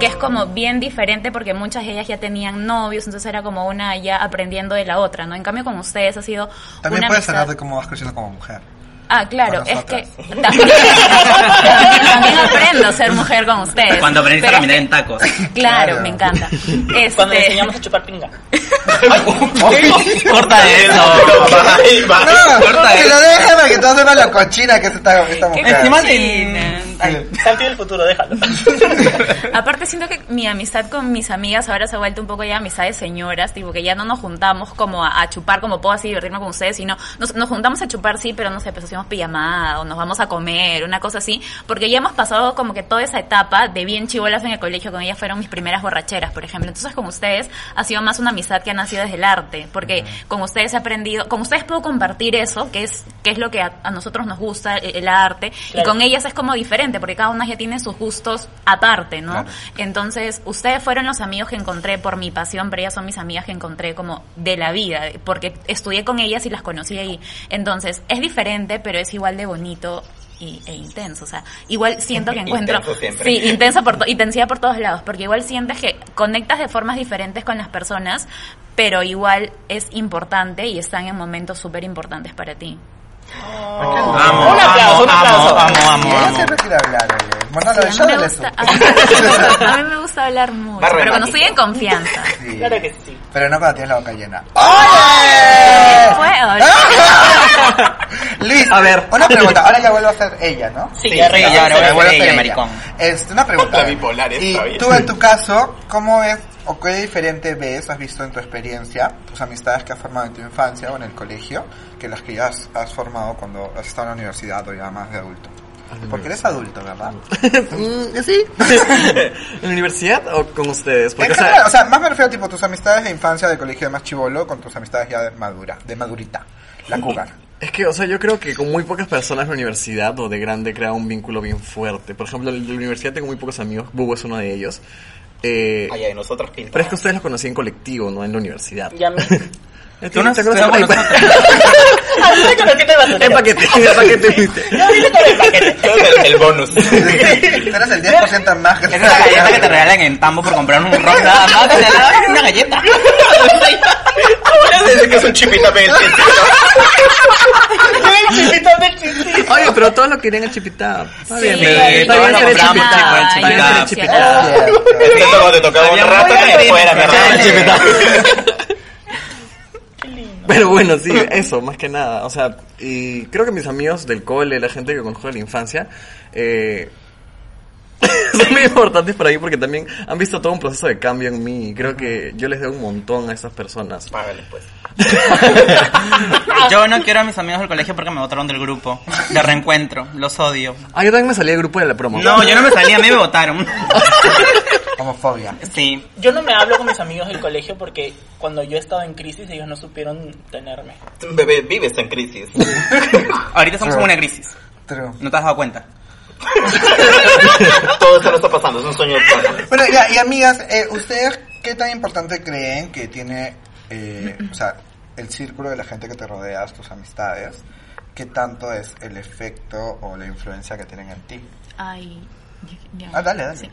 H: que es
D: Oh.
H: como bien diferente porque muchas de ellas ya tenían novios, entonces era como una ya aprendiendo de la otra, ¿no? En cambio, con ustedes ha sido
D: También
H: una
D: puedes hablar
H: amistad-
D: de cómo vas creciendo como mujer.
H: Ah, claro,
D: Para
H: es que
D: nosotras.
H: también, también aprendo a ser mujer con ustedes.
E: Cuando aprendiste a
H: Pero es
E: caminar
H: que-
E: en tacos.
H: Claro,
D: Claro.
H: me encanta. Este,
B: Cuando le enseñamos a chupar pinga.
E: Corta eso.
F: Bye, bye.
E: Corta
D: que
E: eso.
D: lo dejen para que todos sepan la cochina que es esta, esta
H: eh. Qué
D: mujer.
E: Encima
H: cochina.
E: te... Ay.
B: Santi del futuro, déjalo.
H: Aparte siento que mi amistad con mis amigas ahora se ha vuelto un poco ya amistad de señoras, tipo que ya no nos juntamos como a, a chupar como puedo así divertirme con ustedes, sino nos, nos juntamos a chupar sí, pero no sé, pues hacemos pijamada o nos vamos a comer, una cosa así, porque ya hemos pasado como que toda esa etapa de bien chivolas en el colegio, con ellas fueron mis primeras borracheras, por ejemplo. Entonces con ustedes ha sido más una amistad que ha nacido desde el arte, porque con ustedes he aprendido, con ustedes puedo compartir eso, que es que es lo que a, a nosotros nos gusta e, el, el arte, y
B: Claro.
H: con ellas es como diferente, porque cada una ya tiene sus gustos aparte, ¿no? Entonces, ustedes fueron los amigos que encontré por mi pasión, pero ellas son mis amigas que encontré como de la vida, porque estudié con ellas y las conocí ahí. Entonces, es diferente, pero es igual de bonito y, e intenso. O sea, igual siento que encuentro...
F: Intenso siempre.
H: sí, intensa por to- intensidad por todos lados, porque igual sientes que conectas de formas diferentes con las personas, pero igual es importante y están en momentos súper importantes para ti.
E: Vamos,
B: Un aplauso, un aplauso.
E: Vamos, vamos,
D: Yo
E: vamos.
D: siempre quiero hablar, oye. Monólogo,
H: Sí,
D: yo
H: a, mí
D: no
H: me
D: le
H: gusta,
D: supo.
H: a mí me gusta hablar mucho,
F: Barro de
H: pero cuando
F: mágico.
H: estoy en confianza.
D: Sí.
B: Claro que sí.
D: Pero no cuando tienes la boca llena.
H: Ah. Puedo,
D: Luis,
E: A ver.
D: una pregunta. Ahora ya vuelvo a ser ella, ¿no?
B: Sí, ya
E: Sí, sí, ya,
B: regresamos.
E: ahora voy a
D: Vuelvo
E: ser
D: a ser
E: ella, maricón.
D: Este, una pregunta.
F: La bipolar esta
D: Y
F: bien.
D: tú, en tu caso, ¿cómo es o qué diferente ves, has visto en tu experiencia, tus amistades que has formado en tu infancia o en el colegio, que las que ya has, has formado cuando has estado en la universidad o ya más de adulto? Porque eres adulto, ¿verdad?
G: Mm, ¿Sí? ¿En la universidad o con ustedes?
D: En
G: Porque, o sea,
D: general, o sea, más me refiero tipo tus amistades de infancia de colegio de más chivolo con tus amistades ya de madura, de madurita, la cougar.
G: Es que, o sea, yo creo que con muy pocas personas en la universidad o de grande crea un vínculo bien fuerte. Por ejemplo, en la universidad tengo muy pocos amigos, Bubo es uno de ellos. Eh,
F: Ay, ay, nosotros
G: pero es
F: pintamos.
G: que ustedes los conocí en colectivo, no en la universidad.
B: Y a mí.
E: Tú no
G: ¿Te
E: estás
G: acuerdas?
E: con nosotros.
B: A mí me conocí de
G: En
B: basurero.
G: paquete, en paquete.
B: Yo vine con el paquete.
F: El, el bonus.
D: Tú eres el 10% más
E: Es esa galleta que te
D: grande.
E: regalan en Tambo por comprar un rock nada más. Te regalan una galleta.
F: Dice que es un chipita
G: Oye, pero todos lo querían el chipita. Está bien,
H: Sí,
G: está bien
E: todos lo
G: ser el
E: compramos
G: chipita.
E: con el
G: Está bien ser el
E: chipita.
G: chipita.
F: Es que cuando te tocaba un rato que te fuera,
E: El
F: ¿verdad?
E: chipita.
G: Pero bueno, sí, eso, más que nada. O sea, y creo que mis amigos del cole, la gente que conozco de la infancia, eh, son muy importantes para mí porque también han visto todo un proceso de cambio en mí. Y creo que yo les debo un montón a esas personas.
F: Págale, pues.
E: Yo no quiero a mis amigos del colegio porque me votaron del grupo de reencuentro. Los odio.
G: Ah, yo también me salí del grupo de la promo.
E: No, yo no me salí, a mí me votaron.
D: Homofobia.
E: Sí.
B: Yo no me hablo con mis amigos del colegio porque cuando yo he estado en crisis ellos no supieron tenerme.
F: Bebé, vives en crisis.
E: Ahorita somos como una crisis.
D: True.
E: No te has dado cuenta.
F: Todo eso no está pasando, es un sueño urbano.
D: Bueno, ya, y amigas, eh, ¿ustedes qué tan importante creen que tiene, eh, o sea, el círculo de la gente que te rodeas, tus amistades? ¿Qué tanto es el efecto o la influencia que tienen en ti?
H: Ay, ya- ya.
D: Ah, dale, dale.
H: Sí.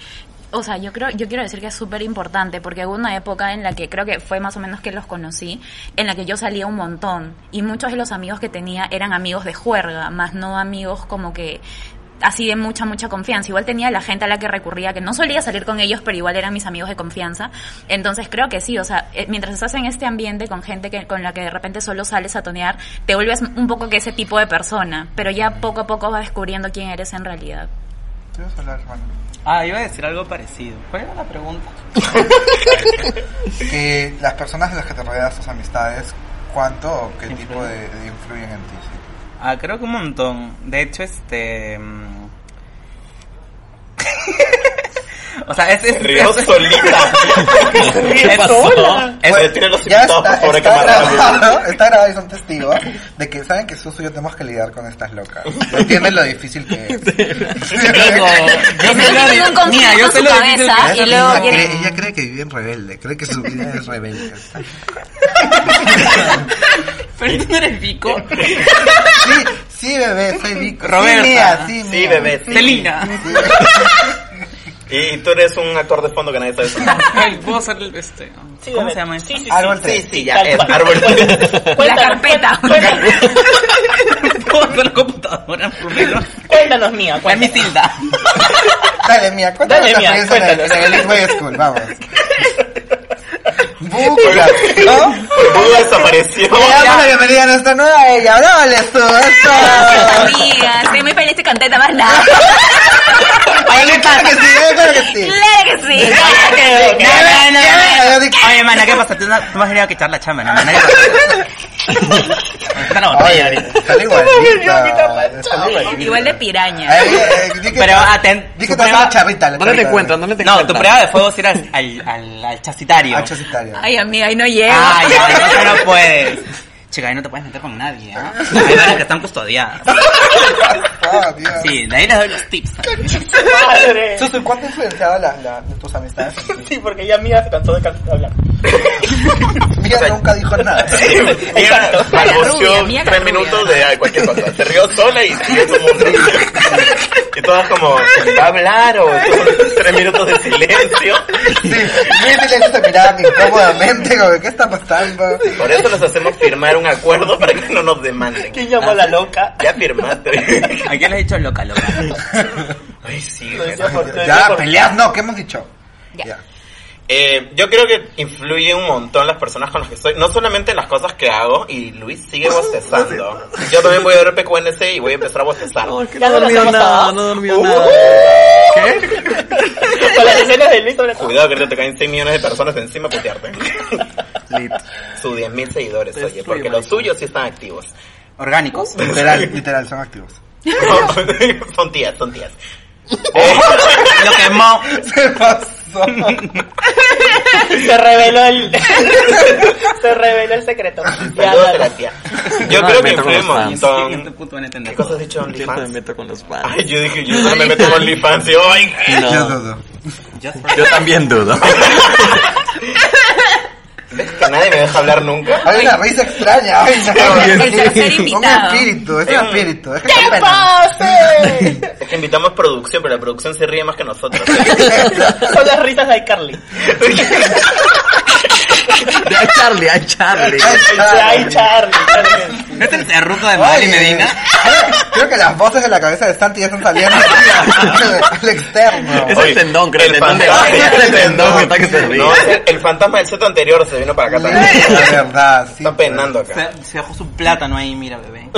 H: O sea, yo creo, yo quiero decir que es súper importante porque hubo una época en la que creo que fue más o menos que los conocí, en la que yo salía un montón y muchos de los amigos que tenía eran amigos de juerga, más no amigos como que así de mucha, mucha confianza. Igual tenía la gente a la que recurría, que no solía salir con ellos, pero igual eran mis amigos de confianza. Entonces creo que sí, o sea, eh, mientras estás en este ambiente con gente que, con la que de repente solo sales a tonear, te vuelves un poco que ese tipo de persona, pero ya poco a poco vas descubriendo quién eres en realidad.
D: ¿Tú ibas a hablar, Juan?
E: Ah, iba a decir algo parecido. ¿Cuál era la pregunta?
D: Que las personas de las que te rodeas, tus amistades, ¿cuánto o qué tipo de, de influyen en ti? sí?
E: Ah, creo que un montón. De hecho, este. mm. o sea, es. es,
F: Río
E: es-
F: solita.
E: es- es-
F: Puedes tirar los
D: Ya
F: invitados, por
D: está,
F: favor, hay que
D: está
F: amarrarlos.
D: grabado, está grabado y son testigos de que saben que Susu y yo tenemos que lidiar con estas locas. ¿Entienden lo difícil que es?
E: Digo, yo sé lo
H: Tiene
E: de-
H: un conflicto
E: mira, yo
H: en
E: sé
H: su
E: lo difícil
H: cabeza
E: que es.
H: y luego
D: ella,
H: quiere-
D: cree, ella cree que vive en rebelde, cree que su vida es rebelde. Sí,
E: Pero tú no eres pico.
D: sí, bebé, soy Vico.
E: Roberta.
D: Sí, mía, sí,
F: Sí,
D: mía.
F: bebé. sí.
E: Celina.
F: Y tú eres un actor de fondo que nadie sabe. eso.
E: Ay, puedo hacer el- este.
B: Sí,
E: ¿Cómo
B: bebé.
E: se llama esto?
B: Sí, sí, sí.
D: Árbol
F: Sí,
D: tres.
F: sí, ya es
B: Tal cual.
F: árbol.
B: Cuéntanos,
H: carpeta.
B: cuéntanos.
E: con la computadora, por menos.
B: Cuéntanos, mía.
E: ¿Cuál es mi
B: Cuéntanos.
E: tilda?
C: Dale, mía, cuéntanos
B: Dale,
C: la
B: Mía,
C: experiencia en el- en el East Boy School, vamos. Bucla, ¿no?
F: Buda desapareció.
C: Le damos la bienvenida a nuestra nueva ella, brábales tú, eso.
H: Amiga, estoy muy feliz de canteta más nada.
C: Claro que sí, ¿eh? claro que sí.
H: Claro que sí.
E: No, no, no,
C: ¿Qué?
E: no. Oye, mana, ¿qué pasa? Tú, no- tú me has querido quitar la chamba, ¿no, mana? ¿Qué pasa? Está la botella
C: Ay,
E: ahorita.
C: está igualita. Está igualita.
H: Igual de piraña.
C: Ay, ay, eh, di que
E: Pero
C: estás-
E: aten-
C: Di
E: tu
C: que estás
E: prueba-
C: en charrita. la
G: ¿Dónde te
C: charrita.
G: encuentran? ¿Dónde te
E: No,
G: encuentran?
E: tu prueba de fuego es ir al, al, al, al chasitario.
C: Ah, chasitario.
H: Ay, amiga, ahí no llega.
E: Ay, ay, no, eso no puedes. Chica, ahí no te puedes meter con nadie, ¿ah? Hay varias que están custodiadas.
C: Ah, Dios.
E: Sí, de ahí les doy los tips.
B: Madre.
C: Susu, ¿cuánto influenciaba la, la, tus amistades?
B: Sí, porque ya mía se cansó de cantar hablar.
C: Mía nunca dijo nada.
B: Exacto.
H: rubia,
F: Anunció
H: mía, la
F: tres
H: rubia.
F: minutos de ay, cualquier cosa. Se rió sola y siguió su mundo. Y todas como, "Pues, ¿va a hablar o son tres minutos de silencio?
C: Sí, Luis y Lexi se miraban incómodamente, como, ¿qué está pasando?
F: Por eso les hacemos firmar un acuerdo para que no nos demanden.
B: ¿Quién llamó a la loca?
F: Ya firmaste.
E: ¿A quién les he dicho loca, loca?
F: Ay, sí.
B: Lo decía por- lo decía
C: Ya,
B: por-
C: peleas, no, ¿qué hemos dicho?
H: Ya.
F: Eh, yo creo que influye un montón las personas con las que estoy, no solamente en las cosas que hago, y Luis sigue bostezando. Yo también voy a ver PQNC y voy a empezar a bostezar.
B: Ya no las hemos
G: nada,
B: dado.
G: no dormió nada.
B: Con las escenas de Luis sobre
F: Cuidado que ahorita te caen 6 millones de personas encima a putearte.
G: Lit.
F: Sus 10.000 mil seguidores,
G: Te
F: oye,
G: destruye,
F: porque los
G: maricón.
F: suyos sí están activos.
E: Orgánicos.
C: Literal, literal, son activos.
F: son tías, son tías. Eh,
E: Lo quemó.
C: Se pasó.
B: Se reveló el. se reveló el secreto. Ya,
F: Saludos a
B: dale.
F: la tía. Yo
G: no
F: creo
G: me
F: que
G: meto con
F: influye un
G: los fans.
F: montón.
E: puto van a entender.
F: ¿Qué cosas has dicho de
G: Yo me
F: OnlyFans?
G: meto con los fans.
F: Ay, yo dije, yo no me meto con OnlyFans y hoy.
C: Yo dudo.
G: Yo también dudo.
F: Que nadie me deja hablar nunca.
C: Hay una risa extraña. Ay, no.
H: El tercer
C: Un
H: invitado.
C: espíritu, es un espíritu. Es que
B: ¡Que
C: está pena.
B: pase!
F: Es que invitamos producción, pero la producción se ríe más que nosotros.
B: Son las risas de iCarly.
G: Ay, Charlie, ay, Charlie.
B: Ay, Charlie. Charlie.
E: ¿No es el cerruto de Madrid Medina?
C: Creo que las voces de la cabeza de Santi ya están saliendo al externo.
G: Es el tendón, creo. El tendón de Es el tendón que está que se ríe.
F: No, el- el fantasma del set anterior se vino para acá también.
C: La verdad, sí.
F: Está penando acá.
E: Se, se dejó su plátano ahí, mira, bebé.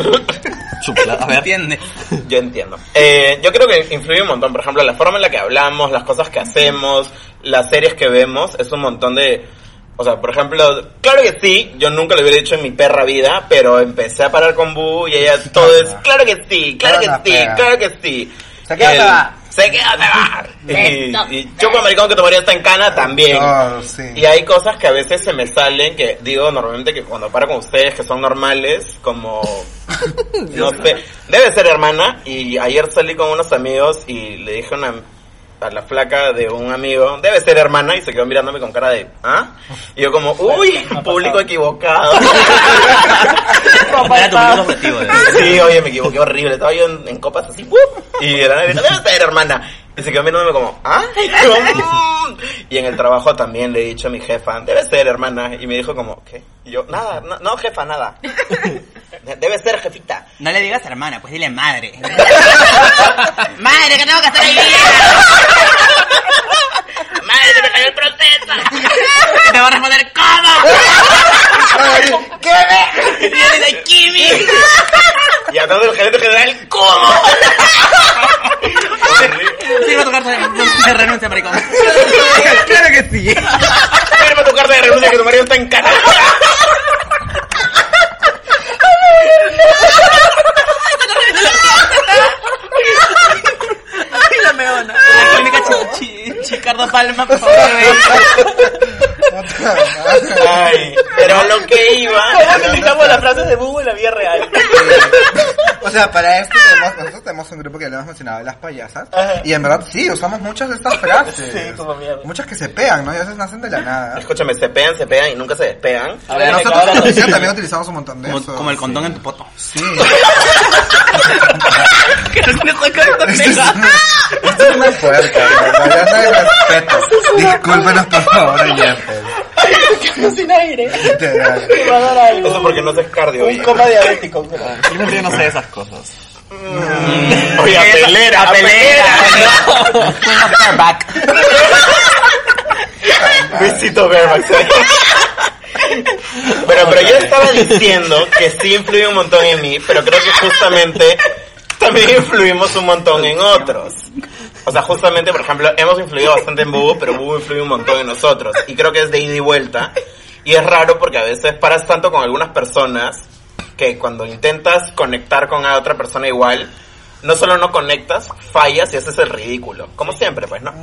G: Chupla. A ver.
E: ¿Entiendes?
F: Yo entiendo. Eh, yo creo que influye un montón. Por ejemplo, la forma en la que hablamos, las cosas que hacemos, las series que vemos, es un montón de... O sea, por ejemplo, claro que sí, yo nunca lo hubiera hecho en mi perra vida, pero empecé a parar con Bu y ella todo es, claro que sí, claro que
C: Claro,
F: sí,
C: fea.
F: claro que sí.
C: Se queda,
F: El-
C: se va.
F: Se queda, se va. Y, y Choco Americano que tomaría está en cana también.
C: Oh, sí.
F: Y hay cosas que a veces se me salen que digo normalmente que cuando paro con ustedes que son normales, como no sé, debe ser hermana y ayer salí con unos amigos y le dije a una a la flaca de un amigo, debe ser hermana y se quedó mirándome con cara de, ¿ah? Y yo como, uy, público equivocado.
E: No era tu único objetivo, bebé.
F: Sí, oye, me equivoqué horrible. Estaba yo en, en copas así, ¡wup! y de la nada, ¿dónde vas a ir, hermana? Y se quedó mirándome como, ¿ah? Y, yo, "Mm". Y en el trabajo también le he dicho a mi jefa, debe ser, hermana. Y me dijo como, ¿qué? Y yo, nada, no, no, jefa, nada. Debe ser, jefita.
E: No le digas hermana, pues dile madre. madre, que tengo que hacer ahí? madre, me cayó el proceso. Te va a responder cómo. ¿Qué? ¿Tienes de Kimi?
F: Y atrás del gerente general, ¿cómo?
E: Sí, va a tocar de renuncia, maricón.
G: Claro que sí.
F: Firma tu carta de renuncia que tu marido está en casa.
E: La clínica Chi- Chi- Chicardo Palma, por favor, bebé.
C: Otra más.
F: Ay, pero a lo que iba.
B: ¿Cómo utilizamos las frases de Bubu en la vida real?
C: O sea, para esto tenemos, nosotros tenemos un grupo que le hemos mencionado de las payasas. Y en verdad sí, usamos muchas de estas frases.
B: Sí, como mierda.
C: Muchas que se pegan, ¿no? Y a veces nacen de la nada.
F: Escúchame, se pegan, se pegan y nunca se despegan.
B: A ver,
C: Nosotros en
B: ahora-
C: televisión también utilizamos un montón de
E: Como,
C: eso.
E: como el condón en tu poto.
C: Sí.
E: Que no estoy con
C: Esto es una, esto es una puerta, ¿no? Hablando de respeto. Discúlpenos, por favor, oyentes.
H: respiración sin aire.
D: Literal.
B: Te va a dar algo.
F: Eso porque no haces cardio.
A: Un
F: oye.
A: coma diabético. pero-
G: Yo no sé esas cosas.
F: Oye, apelera, apelera. Luisito Vermax. Pero, pero yo estaba diciendo que sí influye un montón en mí, pero creo que justamente también influimos un montón en otros. O sea, justamente, por ejemplo, hemos influido bastante en Bubu, pero Bubu influye un montón en nosotros. Y creo que es de ida y vuelta. Y es raro porque a veces paras tanto con algunas personas que cuando intentas conectar con a otra persona igual, no solo no conectas, fallas y haces el ridículo. Como siempre, pues, ¿no?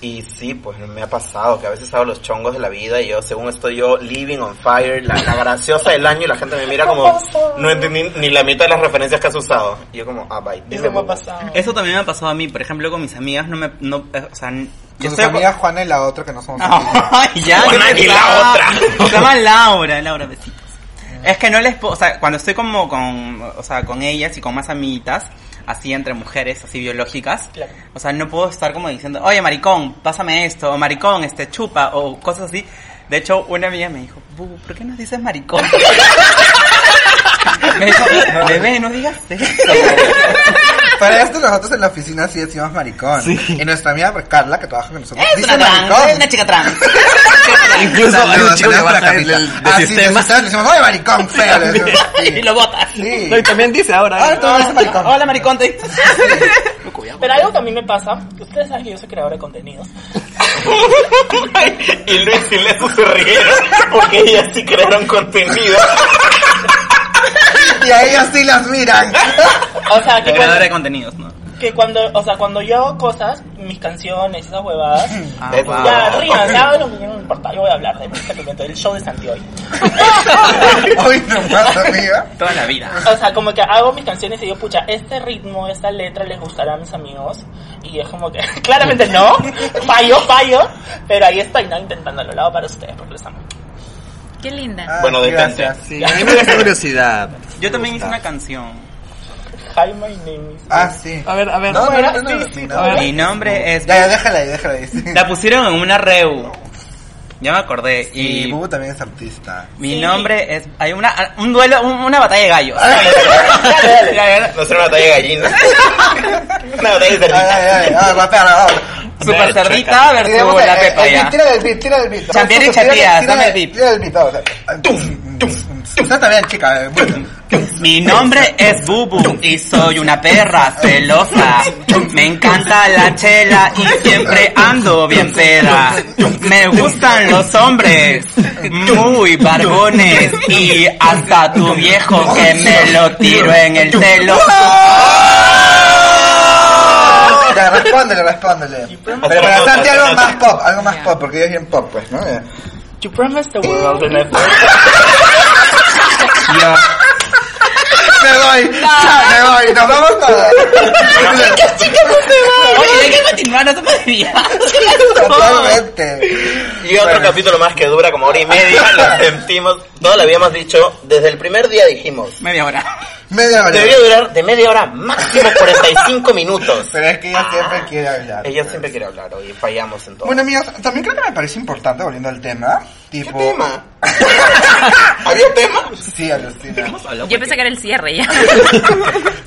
F: Y sí, pues me ha pasado que a veces hago los chongos de la vida y yo, según estoy yo, living on fire, la, la graciosa del año y la gente me mira como, no entendí ni la mitad de las referencias que has usado. Y yo como, ah, bye. Dice
B: Eso me ha
F: Bobo.
B: pasado.
E: Eso también me ha pasado a mí, por ejemplo, con mis amigas, no me... No, eh, o sea, n-
D: Con sus
E: estoy-
D: amigas Juana y la otra que no somos
E: Ay, ya.
F: Una
E: ¿qué
F: y la
E: pasa?
F: otra.
E: Se llama Laura, Laura, besitos.
D: Eh.
E: Es que no les puedo, o sea, cuando estoy como con, o sea, con ellas y con más amiguitas, así entre mujeres, así biológicas,
B: Claro.
E: o sea, no puedo estar como diciendo, oye, maricón, pásame esto, o maricón, este, chupa, o cosas así. De hecho, una amiga me dijo, "Bu, ¿por qué no dices maricón? me dijo, bebé, no digas eso.
D: Para esto nosotros en la oficina sí decimos maricón. Y nuestra amiga Carla, que trabaja con nosotros,
E: Es
D: dice
E: una trans,
D: maricón.
E: es una chica trans.
G: Incluso hay un
D: Saludos,
G: chico que
D: saludos
G: baja
D: para
G: del,
D: Carlita.
G: del
D: Ah, sí,
G: sistema.
D: nosotros le decimos, oye, maricón, feo. le decimos.
E: y lo botas.
D: Sí.
G: No, y también dice ahora.
D: Ahora tú eres maricón.
E: Hola, maricón, te dices.
B: Pero algo que a mí me pasa, ustedes saben que yo soy creadora de contenidos.
F: Y Luis y Lesu se rieron porque ellas sí crearon contenido.
D: Y a ellos sí las miran.
B: O sea, que
E: Creadora de
B: cuando,
E: contenidos, ¿no?
B: que cuando, o sea, cuando yo hago cosas, mis canciones, esas huevadas,
E: Ah,
F: Es
E: wow.
B: ya rían, ya lo que yo no importa, yo voy a hablar de música pimiento, del show de Santi hoy.
D: Uy, no más, amiga.
E: Toda la vida.
B: O sea, como que hago mis canciones y digo, pucha, este ritmo, esta letra les gustará a mis amigos. Y es como que, claramente no, fallo, fallo, pero ahí estoy, ¿no? Intentándolo, lo hago para ustedes, porque les amo.
H: Qué linda.
D: Ah,
F: Bueno, detente.
D: gracias.
G: Sí, a mí me da curiosidad.
E: Yo también hice una canción.
B: Hi, my name is...
D: Ah, sí.
G: A ver, a ver.
D: No, no,
B: Bueno,
D: no, no,
B: sí,
D: sí,
B: sí,
D: no.
B: a ver.
E: Mi nombre es.
D: Ya, ya, déjala ahí, déjala ahí. sí.
E: La pusieron en una reu. Ya me acordé.
D: Y
E: Y
D: Bubu también es artista.
E: mi nombre es. Hay una, un duelo, un- una batalla de gallos. Ya, ya,
F: No será una batalla de gallina. Una batalla de
D: Ay, ay,
F: gallina.
D: ay, ay, rapeala, vamos.
E: Super cerdita
D: Y
E: versus
D: digamos,
E: la
D: eh,
E: pepa
D: el beat,
E: ya.
D: Tira del beat, tira del beat.
E: Champion y
D: Tira del-
E: chatías,
D: tira
E: dame el
D: del-
E: beat.
D: Tira del beat, vamos. eh, Usted también, chica. eh, bueno.
E: Mi nombre es Bubu y soy una perra celosa. Me encanta la chela y siempre ando bien peda. Me gustan los hombres muy barbones y hasta tu viejo que me lo tiro en el telo.
D: Ya, respóndele, respóndele. Pero para Santi algo más pop, algo más pop, porque ella es bien pop, pues, ¿no? Ya.
B: You promised the world and I
E: Yo,
D: Me voy, ya, me voy, nos vamos todas.
E: oye, hay que continuar, no se puede desviar.
D: Totalmente.
F: Y otro
D: Bueno.
F: capítulo más que dura como hora y media. Lo sentimos. Todo lo habíamos dicho. Desde el primer día dijimos.
E: Media hora.
D: Media hora.
F: Debería durar de media hora, máximo 45 minutos.
D: Pero es que ella siempre quiere hablar.
F: Ella siempre quiere hablar hoy, fallamos en todo.
D: Bueno, amigos, también creo que me parece importante, volviendo al tema,
F: ¿Qué
D: tipo...
F: tema? ¿Había tema?
D: Sí, alucina.
H: Yo pensé que era el cierre ya.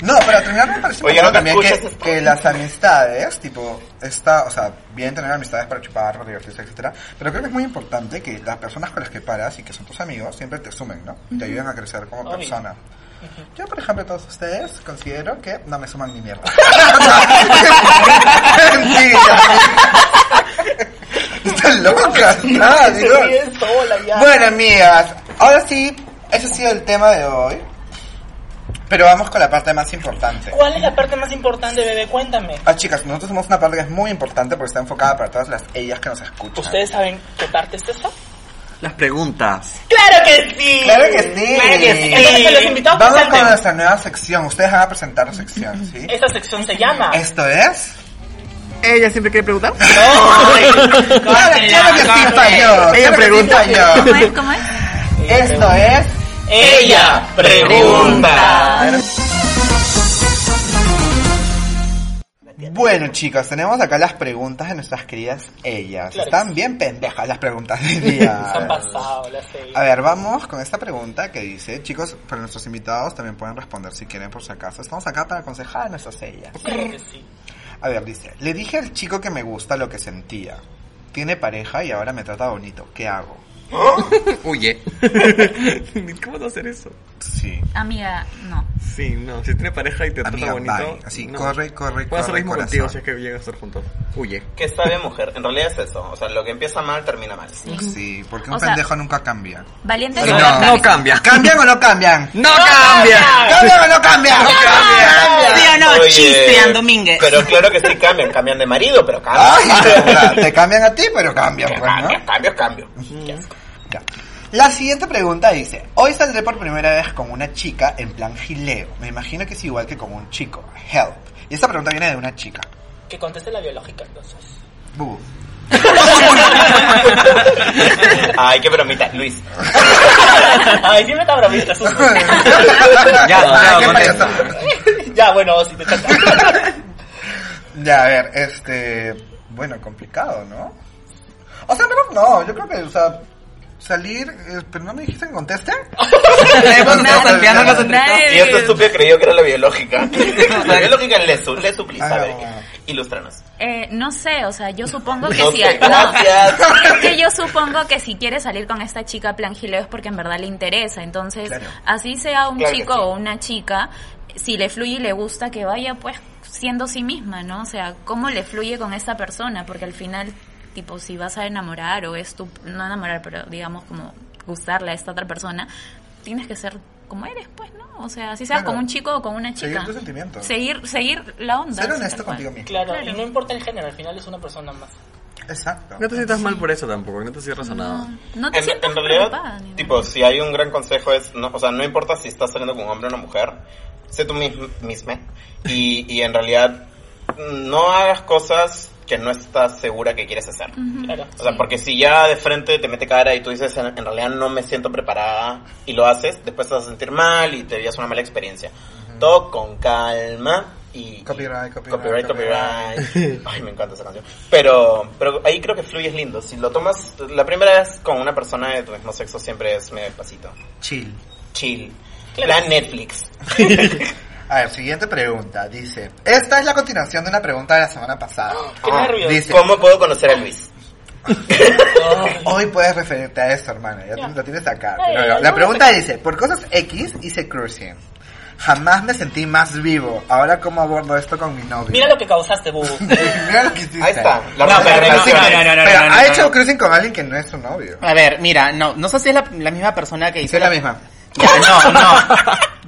D: No, pero también me parece
F: Oye,
D: importante
F: no te
D: también que,
F: escuchas.
D: que las amistades, tipo, está, o sea, bien tener amistades para chupar, para divertirse, etcétera, pero creo que es muy importante que las personas con las que paras y que son tus amigos siempre te sumen, ¿no? Te ayuden a crecer como
B: Obvio.
D: persona. Yo, por ejemplo, todos ustedes considero que no me suman ni mierda. Mentira. Están locas, nada, digo.
B: ríes sola ya.
D: Bueno, amigas, ahora sí, ese ha sido el tema de hoy. Pero vamos con la parte más importante.
B: ¿Cuál es la parte más importante, bebé? Cuéntame.
D: Ah, chicas, nosotros somos una parte que es muy importante porque está enfocada para todas las ellas que nos escuchan.
B: ¿Ustedes saben qué parte es esta?
G: Las preguntas.
B: ¡Claro que sí!
D: Claro que sí.
B: ¡Claro que sí! Entonces, los invitados
D: Vamos
B: presenten.
D: con nuestra nueva sección. Ustedes van a presentar la sección, ¿sí?
B: Esta sección se llama...
D: Esto es...
G: ¿Ella siempre quiere preguntar?
D: Claro, claro que sí, falló. Claro
G: Ella
D: que sí
G: pregunta.
D: falló.
H: ¿Cómo es? ¿Cómo es?
D: Esto es...
B: Ella pregunta.
C: Bueno, chicos, tenemos acá las preguntas de nuestras queridas ellas.
B: Claro.
C: Están bien pendejas las preguntas del día.
B: Se han pasado las seis.
D: Ah.
C: A ver, vamos con esta pregunta que dice, chicos, para nuestros invitados también pueden responder si quieren por si acaso. Estamos acá para aconsejar a nuestras ellas.
B: Claro que sí.
C: A ver, dice, le dije al chico que me gusta lo que sentía. Tiene pareja y ahora me trata bonito. ¿Qué hago?
G: Huye. ¿Cómo vas a hacer eso?
C: Sí.
H: Amiga, no.
G: Sí, no. Si tiene pareja y te
C: Amiga,
G: trata bonito.
C: bye. Así,
G: no.
C: corre, corre,
G: Puedo hacer lo
C: corre,
G: mismo contigo si
C: corazón.
G: es que llegan a estar juntos. Huye.
F: Que está bien, mujer. En realidad es eso. O sea, lo que empieza mal termina mal.
C: Sí, porque un
H: O sea-
C: pendejo nunca cambia.
H: Valientes
C: No,
H: son las
C: no
H: camisas.
G: cambia.
C: ¿Cambian o no cambian?
G: ¡No cambia!
C: ¡Cambian o no cambian!
E: Digo, no,
F: Oye,
E: chistean Domínguez.
F: Pero claro que sí cambian. Cambian de marido, pero
C: Ay,
F: cambian.
C: claro, te cambian a ti, pero cambian, pues, ¿no?
F: Cambio, cambio, cambio.
C: Ya. La siguiente pregunta dice, hoy saldré por primera vez con una chica en plan gileo. Me imagino que es igual que con un chico. Help. Y esta pregunta viene de una chica.
B: Que conteste la biológica entonces.
C: Bu.
F: Ay, qué bromita. Luis,
B: Ay, sí me está bravista, susto.
I: Ya, no, ya,
C: Ah, qué
I: contesta.
C: payaso.
B: Ya, bueno, si te toca.
C: Ya, a ver, este... Bueno, complicado, ¿no? O sea, pero no, yo creo que, o sea... Salir... eh, ¿Pero no me dijiste que conteste?
I: Nadie-
H: Nadie-
F: Y este estúpido creyó que era la biológica. La biológica es Lesu. Lesu, please,
C: Ah,
F: a ver,
C: bueno.
F: ilústranos.
H: Eh, no sé, o sea, yo supongo que
F: No
H: si...
F: sé,
H: no.
F: gracias.
H: Es que yo supongo que si quiere salir con esta chica plan gileo es porque en verdad le interesa. Entonces,
C: Claro.
H: así sea un
F: Claro que
H: chico
F: sí.
H: o una chica, si le fluye y le gusta, que vaya pues siendo sí misma, ¿no? O sea, ¿cómo le fluye con esta persona? Porque al final, tipo, si vas a enamorar o es tu... No enamorar, pero digamos como gustarle a esta otra persona, tienes que ser como eres, pues, ¿no? O sea, así seas
C: Claro.
H: con un chico o con una
C: Seguir
H: chica.
C: tus sentimientos.
H: Seguir, seguir la onda.
C: Ser
H: así
C: honesto
H: tal cual.
C: contigo mismo.
B: Claro,
H: Claro.
B: y no importa el género, al final es una persona más.
C: Exacto.
G: No te sientas mal por eso tampoco, no te cierras a
H: No,
G: nada.
H: no te
F: En,
H: sientas
F: en realidad,
H: preocupada ni nada.
F: tipo, si hay un gran consejo es, no, o sea, no importa si estás saliendo con un hombre o una mujer, sé tú mis- misma y, y en realidad no hagas cosas que no estás segura que quieres hacer.
H: Mm.
B: Claro.
F: O sea, porque si ya de frente te mete cara y tú dices, en, en realidad no me siento preparada y lo haces, después te vas a sentir mal y te llevas una mala experiencia. Todo con calma y...
C: Copyright, copyright,
F: Copyright, copyright. Ay, me encanta esa canción. Pero, pero ahí creo que fluyes lindo. Si lo tomas, la primera vez con una persona de tu mismo sexo siempre es medio pasito.
C: Chill.
F: Chill. Plan Netflix.
C: A ver, siguiente pregunta. Dice, esta es la continuación de una pregunta de la semana pasada.
B: Qué
F: Ah,
B: nervios.
C: dice-
F: ¿Cómo puedo conocer a Luis?
B: Ay.
C: Hoy puedes referirte a eso, hermana. Ya, te- lo tienes acá.
B: Ay,
C: Pero,
B: ay,
C: la
B: no,
C: pregunta dice, por cosas X hice cruising. Jamás me sentí más vivo. Ahora cómo abordo esto con mi novio.
B: Mira lo que causaste, Bubu.
C: Mira lo que hiciste.
F: Ahí está. La
C: Pero,
F: ronda de
C: pero,
F: relaciones.
C: no, no, no,
E: no,
C: pero
E: no, no,
C: ha
E: no,
C: hecho
E: no.
C: cruising con alguien que no es su novio.
E: A ver, mira, no, no sé si es la, la misma persona que hizo
C: Sí, es la misma.
E: Ya, no, no.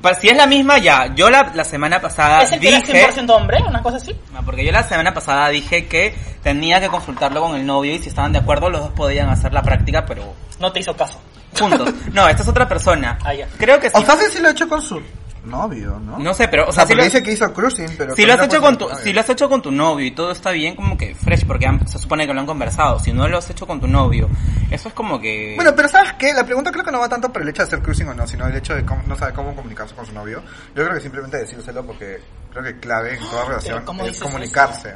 E: Pa- Si es la misma, ya. Yo la, la semana pasada
B: ¿Es el que era
E: dije...
B: 100% hombre? ¿Una cosa así?
E: No, Porque yo la semana pasada dije que tenía que consultarlo con el novio y si estaban de acuerdo los dos podían hacer la práctica, pero
B: No te hizo caso.
E: juntos. No, esta es otra persona.
B: Ah, ya.
E: Creo que sí.
C: O fácil si lo ha hecho con su novio, ¿no?
E: No sé, pero, o
C: O
E: sea,
C: sea,
E: si
C: porque
E: lo,
C: dice que Ah, hizo cruising, pero...
E: si
C: que
E: lo has
C: no
E: hecho
C: fue
E: con
C: su
E: tu,
C: novio.
E: si lo has hecho con tu novio y todo está bien, como que fresh, porque han- se supone que lo han conversado. Si no lo has hecho con tu novio, eso es como que...
C: Bueno, pero ¿sabes qué? La pregunta creo que no va tanto por el hecho de hacer cruising o no, sino el hecho de cómo- no saber cómo comunicarse con su novio. Yo creo que simplemente decírselo porque creo que clave en toda relación
B: ¿cómo
C: es
B: dices
C: comunicarse.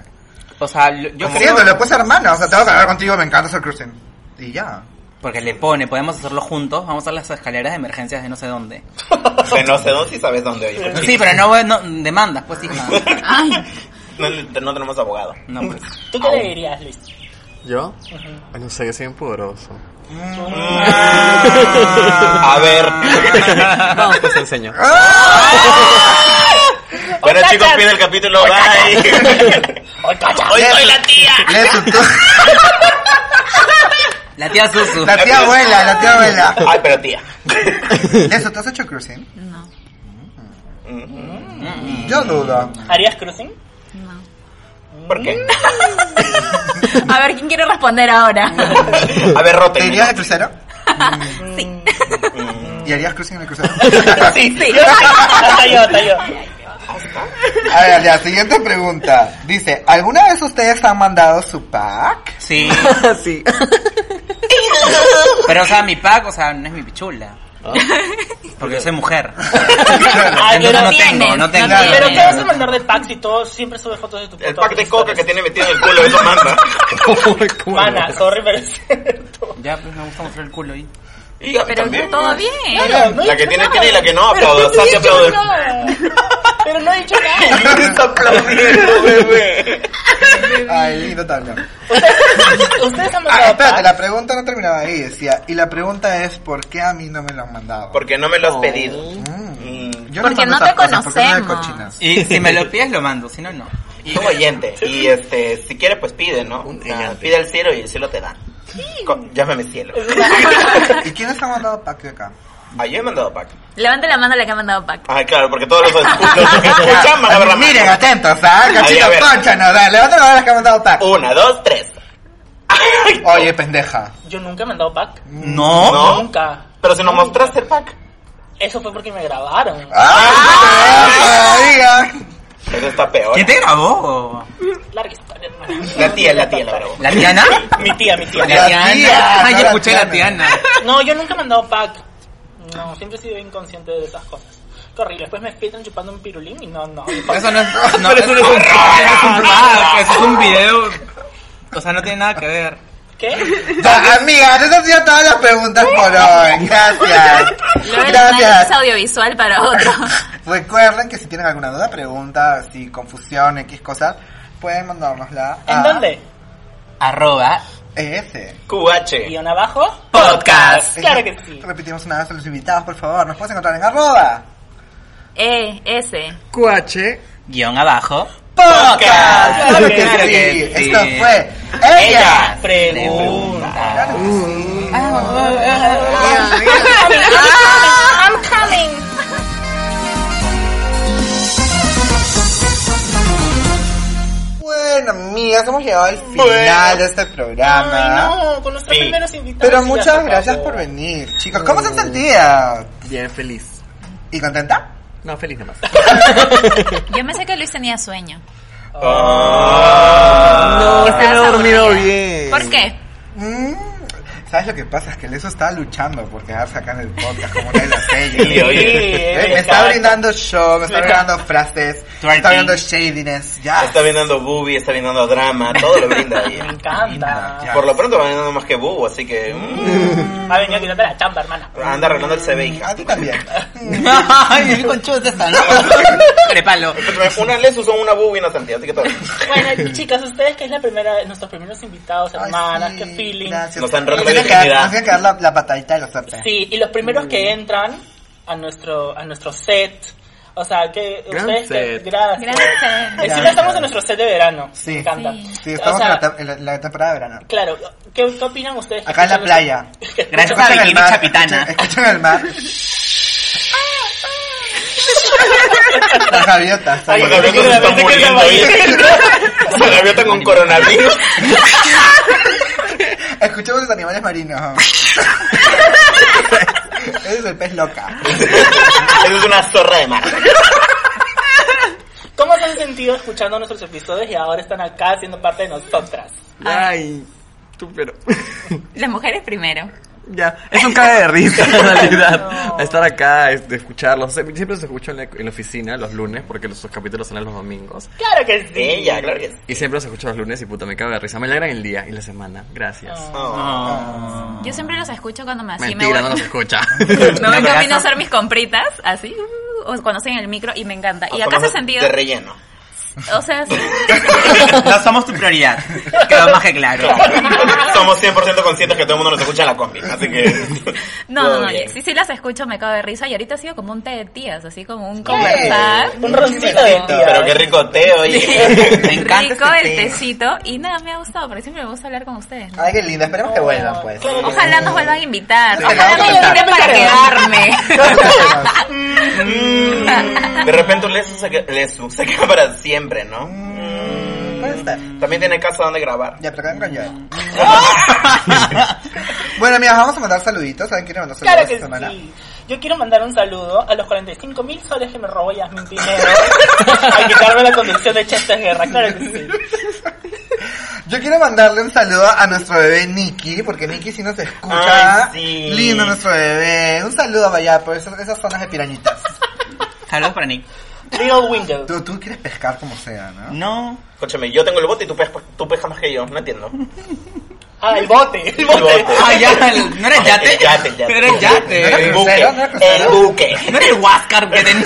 E: o sea, lo- yo creo...
C: Diciéndole, pues hermana, o sea, tengo que hablar contigo, me encanta hacer cruising. Y ya.
E: Porque le pone, podemos hacerlo juntos, vamos a las escaleras de emergencias de no sé dónde.
F: De no sé dónde y sabes dónde oye.
E: Sí, pero no, voy- no demandas, pues hija.
H: Ay,
F: No, no tenemos abogado.
E: No, pues.
B: ¿Tú qué le dirías, Luis?
G: ¿Yo? Ay, no sé, yo soy bien poderoso.
F: Mm.
B: Mm.
F: A ver.
G: Vamos, pues te enseño.
C: Ah.
F: Bueno, chicos, pide el capítulo. Bye.
B: ¡Ay, cacha!
F: Hoy soy la tía.
C: Lee su tu-
E: La tía Susu.
C: la tía abuela, la tía abuela.
F: Ay, pero tía.
C: Eso, ¿tú has hecho cruising?
H: no,
C: Yo dudo.
B: ¿Harías cruising?
H: no.
F: ¿Por qué?
H: A ver, ¿quién quiere responder ahora?
F: A ver,
C: ¿Te
F: Rotten.
C: ¿E irías de crucero?
H: Mm. sí.
C: ¿Y harías cruising en el crucero?
H: Sí, sí.
B: Hasta yo, hasta yo.
C: A ver, la siguiente pregunta. Dice, ¿alguna vez ustedes han mandado su pack?
E: Sí. Pero, o sea, mi pack, o sea, no es mi pichula. Porque soy mujer.
B: Ay,
E: Entonces
B: pero
E: no
H: tienes,
E: tengo, no
H: no
E: tengo.
H: tienes.
B: Pero te vas a mandar de packs y todo, siempre sube fotos de tu
F: Eh, El
B: puto
F: pack de
B: Instagram.
F: coca que tiene metido en el culo, eso manda.
B: Mana, sorry, pero es cierto.
E: Ya, pues me gusta mostrar el culo ahí.
F: Y yo
H: Pero
F: también.
H: todo bien.
F: La que tiene, tiene y la que no, aplaudo. Santi aplaude.
B: Pero no he dicho nada.
F: Está aplaudiendo, bebé.
C: Ay, lindo Tano.
B: Ustedes han
C: Ah,
B: mandado
C: espérate,
B: packs.
C: la pregunta no terminaba ahí, decía. Y la pregunta es, ¿por qué a mí no me lo han mandado?
F: Porque no me lo has pedido.
C: Mm, yo
H: Porque
C: mando
H: no
C: esas
H: te
C: cosas, porque no me
H: conocemos.
C: cochinas.
E: Y si me lo pides, lo mando, si no, no.
F: Y un oyente. Y este, si quieres, pues pide, ¿no? O sea, pide al cielo y el cielo te da. Co- Llámame cielo.
C: ¿Y quiénes han mandado pack de acá?
F: Ah, yo he mandado pack.
H: Levante la mano la que ha mandado Pac.
F: Ay, claro, porque todos los escuchan. Escuchan, van a ver la mano.
C: Miren, atentos, ¿ah?
F: a ver.
C: Cachitos, conchanos, dale, levanten la mano las que han mandado pack.
F: Una, dos, tres. Ay,
C: Oye, pendeja.
B: Yo nunca he mandado pack.
E: No.
F: ¿No?
B: Nunca.
F: Pero si nos mostraste el pack.
B: Eso fue porque me grabaron.
C: ¡Ah! Diga.
F: Eso está peor.
E: ¿Quién te grabó?
B: Larga historia, hermano.
F: La tía, la tía la grabó.
E: ¿La Tiana?
B: Mi tía, mi tía.
C: La tía,
E: Ay,
C: no
E: yo
C: la
E: escuché la
C: Tiana.
E: Tiana.
B: No, yo nunca he mandado pack. No, siempre he sido inconsciente de esas cosas. Qué horrible. Después me filtran chupando un pirulín y no, no.
E: Eso no es, no, eso no es un eso es un pack, eso es un video. O sea, no tiene nada que ver.
B: ¿Qué?
C: Ya, Amigas, esas han sido todas las preguntas por hoy. Gracias.
H: Luego el análisis
C: Gracias.
H: audiovisual para otro.
C: Recuerden que si tienen alguna duda, pregunta, si confusión, X cosas, pueden mandárnosla.
B: ¿En
C: a E
B: dónde?
E: Arroba.
C: ES.
F: QH.
B: ¿Guión abajo?
E: Podcast.
B: Claro que sí.
C: Repetimos una vez a los invitados, por favor. Nos puedes encontrar en arroba.
H: E, S.
G: Cuache.
E: Guión abajo.
C: Podcast.
B: Claro que
C: Claro que
E: sí.
C: sí. Esto fue Ella.
B: Pregunta.
C: Bueno, amigas, hemos llegado al final de este programa.
B: Ay, no, con nuestros
F: Sí.
B: primeros invitados.
C: Pero
B: sí,
C: muchas
B: ya,
C: gracias por venir, chicos. ¿Cómo se han sentido?
G: Bien feliz.
C: ¿Y contenta?
G: No, feliz nomás.
H: Yo me sé que Luis tenía sueño.
G: Ah, No,
H: Estabas aburrida.
G: bien.
H: ¿Por qué?
C: Mm, ¿Sabes lo que pasa? Es que Leso está luchando por quedarse acá en el podcast como una de las series.
F: Sí, oye.
C: Eh, me está brindando show, me está brindando frases, me está brindando shadiness, ya.
F: Está brindando booby, está brindando drama, todo lo brinda ahí.
B: Me encanta.
F: Por lo pronto va brindando más que boo, así que mm,
B: Ha venido a tirarte la chamba, hermana.
F: anda arreglando el CV, hija.
C: A ti también.
E: Ay, mi conchuda esta, ¿no? Prepalo.
F: Una les usó una booby y una santidad, así que todo. bien.
B: Bueno, chicas, ustedes que es la primera, nuestros primeros invitados,
C: Ay,
B: hermanas,
C: sí,
B: qué feeling.
C: Gracias.
F: Nos han roto la
C: Nos tiene que dar-
F: virginidad.
C: Nos tiene que dar la, la patadita de la suerte.
B: Sí, y los primeros que
C: Mm.
B: entran a nuestro a nuestro set, o sea, que
G: Gran
B: ustedes
G: set.
B: que gracias.
H: Gracias.
B: Encima
C: Gran
B: estamos
C: set.
B: en nuestro set de verano.
C: Sí.
B: Me encanta.
C: Sí, estamos
B: O sea,
C: en, la, tem- en la- en la temporada de verano.
B: Claro, ¿qué, qué opinan ustedes? que
C: Acá en la
B: escuchan-
C: playa.
B: que
E: Gracias
C: Escuchan
E: a
C: el
E: Bikini
C: mar,
E: Chapitana.
C: Escuchan, escuchan el mar. Las gaviotas.
B: Ay,
F: Porque ahorita se está
B: Seguramente que
F: muriendo
B: la
F: ahí. Se la vio con coronavirus.
C: Escuchemos los animales marinos. Ese es el pez loca.
F: Eso es una zorra de mar.
B: ¿Cómo se han sentido escuchando nuestros episodios y ahora están acá siendo parte de nosotras?
G: Ay, tú pero...
H: Las mujeres primero.
G: Ya, es un cague de risa en realidad. Estar acá, este, escucharlos. Sie- Siempre los escucho en la, en la oficina los lunes porque los, sus capítulos salen los domingos.
B: Claro que sí.
F: Ella, claro que sí.
G: Y siempre los escucho los lunes y puta, me cago de risa. Me alegran el día y la semana. Gracias.
F: Oh.
H: Yo siempre los escucho cuando me así
G: Mentira,
H: me
G: no
H: voy.
G: los escucha.
H: me voy
E: No,
H: camino a
E: abrazo.
H: hacer mis compritas, así, uh, o cuando estoy en el micro y me encanta. Y acá se ha sentido,
F: Ah, De relleno.
H: o sea, sí.
E: No somos tu prioridad. Quedó más que claro.
F: Somos 100% conscientes que todo el mundo nos escucha en la combi, así que...
H: no,
F: todo
H: no, no,
F: bien.
H: sí, sí las escucho, me cago de risa y ahorita ha sido como un té de tías, así como un conversar.
B: Un roncito de tía.
F: Pero qué rico té, oye.
E: Me encanta
H: rico
E: este
H: el
E: tema.
H: tecito y nada, me ha gustado, porque siempre me gusta hablar con ustedes. ¿no?
C: Ay, qué linda. Esperemos que vuelvan, pues.
B: Claro que
H: Ojalá nos vuelvan a invitar,
C: vamos
H: ojalá
C: a
H: me
C: invitar.
H: inviten para quedarme.
F: De repente un leso se, que- leso se queda para siempre, ¿no? Mm.
C: Puede ser.
F: También tiene casa donde grabar.
C: Ya, pero quedan con Joel. bueno, amigas, vamos a mandar saluditos. ¿Saben quién le mandó saludos
B: Claro que
C: esta semana?
B: sí. Yo quiero mandar un saludo a los 45 mil soles que me robó Yasmin Pinero al quitarme la conducción de Chester Guerra. Claro que sí.
C: Yo quiero mandarle un saludo a nuestro bebé Nicky, porque Nicky sí nos escucha.
F: Ay, sí.
C: Lindo nuestro bebé. Un saludo vaya por esas, esas zonas de pirañitas.
E: Saludos para Nick.
B: Little Windows.
C: Tú, tú quieres pescar como sea, ¿no?
E: No.
F: Escúchame, yo tengo el bote y tú pescas, tú pescas más que yo, no entiendo.
B: Ah, el bote. El
F: bote.
B: bote.
E: Ah, ya, el- no eres yate.
F: El yate, el yate.
E: No eres
F: El
E: yate.
C: No
F: buque.
C: crucero, no era
F: El
C: crucero.
F: buque.
E: No eres Huáscar que tenía.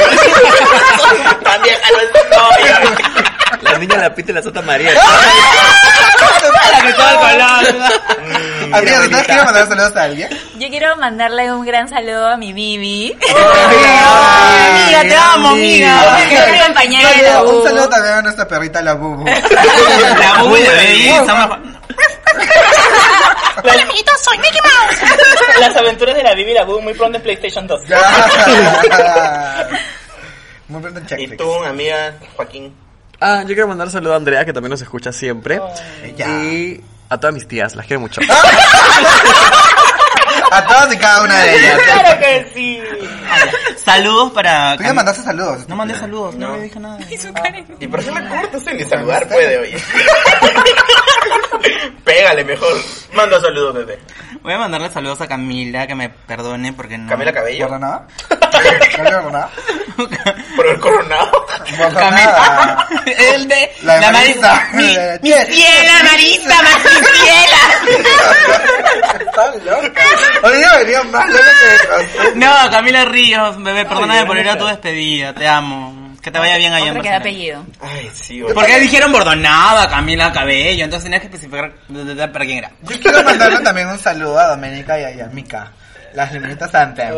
F: También ah, a los novios.
G: La niña la pita y la Santa María.
E: La que estaba al colado.
C: Habría, ¿no quiero mandar saludos a alguien?
H: Yo quiero mandarle un gran saludo a mi Bibi.
E: Oh,
C: Ay,
E: amiga, te amo, amiga.
C: Ay,
H: Que es mi compañera de la
C: saludo-
H: U.
C: Un saludo también a nuestra perrita, la Bubu.
E: La bulla, baby, estamos-
B: Las aventuras de la Bibi y la Boo muy pronto en PlayStation 2.
C: Ya. Muy pronto en
F: Y
C: Checkflix.
F: tú, amiga, Joaquín.
G: Ah, yo quiero mandar un saludo a Andrea, que también nos escucha siempre.
C: Eh, Ya.
G: Y a todas mis tías, las quiero mucho.
C: A todas y cada una de ellas.
B: Claro que sí.
E: Saludos para.
C: Tú ya mandaste saludos.
E: No mandé saludos, no,
F: No.
E: le dije nada.
F: ¿Y por qué me cortas sin ni saludar puede, oye? Pégale mejor. Manda saludos, bebé.
E: Voy a mandarle saludos a Camila, que me perdone porque no.
F: Camila Cabello.
C: ¿Por nada? ¿No le nada?
F: Por el coronado.
C: ¿Por
E: Camila.
C: nada?
E: El de.
C: La de
E: Mari-
C: Marisa.
E: Mi,
C: La de-
E: mi fiela, Marisa, más mi fiela.
C: Estás loca. Hoy día venía más loca que de
E: No, Camila Ríos, bebé, perdóname por ir a tu despedida, te amo. Que te vaya bien allá en
H: Otra que da
E: Barcelona.
H: apellido.
F: Ay, sí, oye.
E: Porque dijeron bordonada, Camila Cabello, entonces tenías que especificar de- de- de- para quién era.
C: Yo quiero mandarle también un saludo a Doménica y a, y a Mika. Las limonitas Anthem.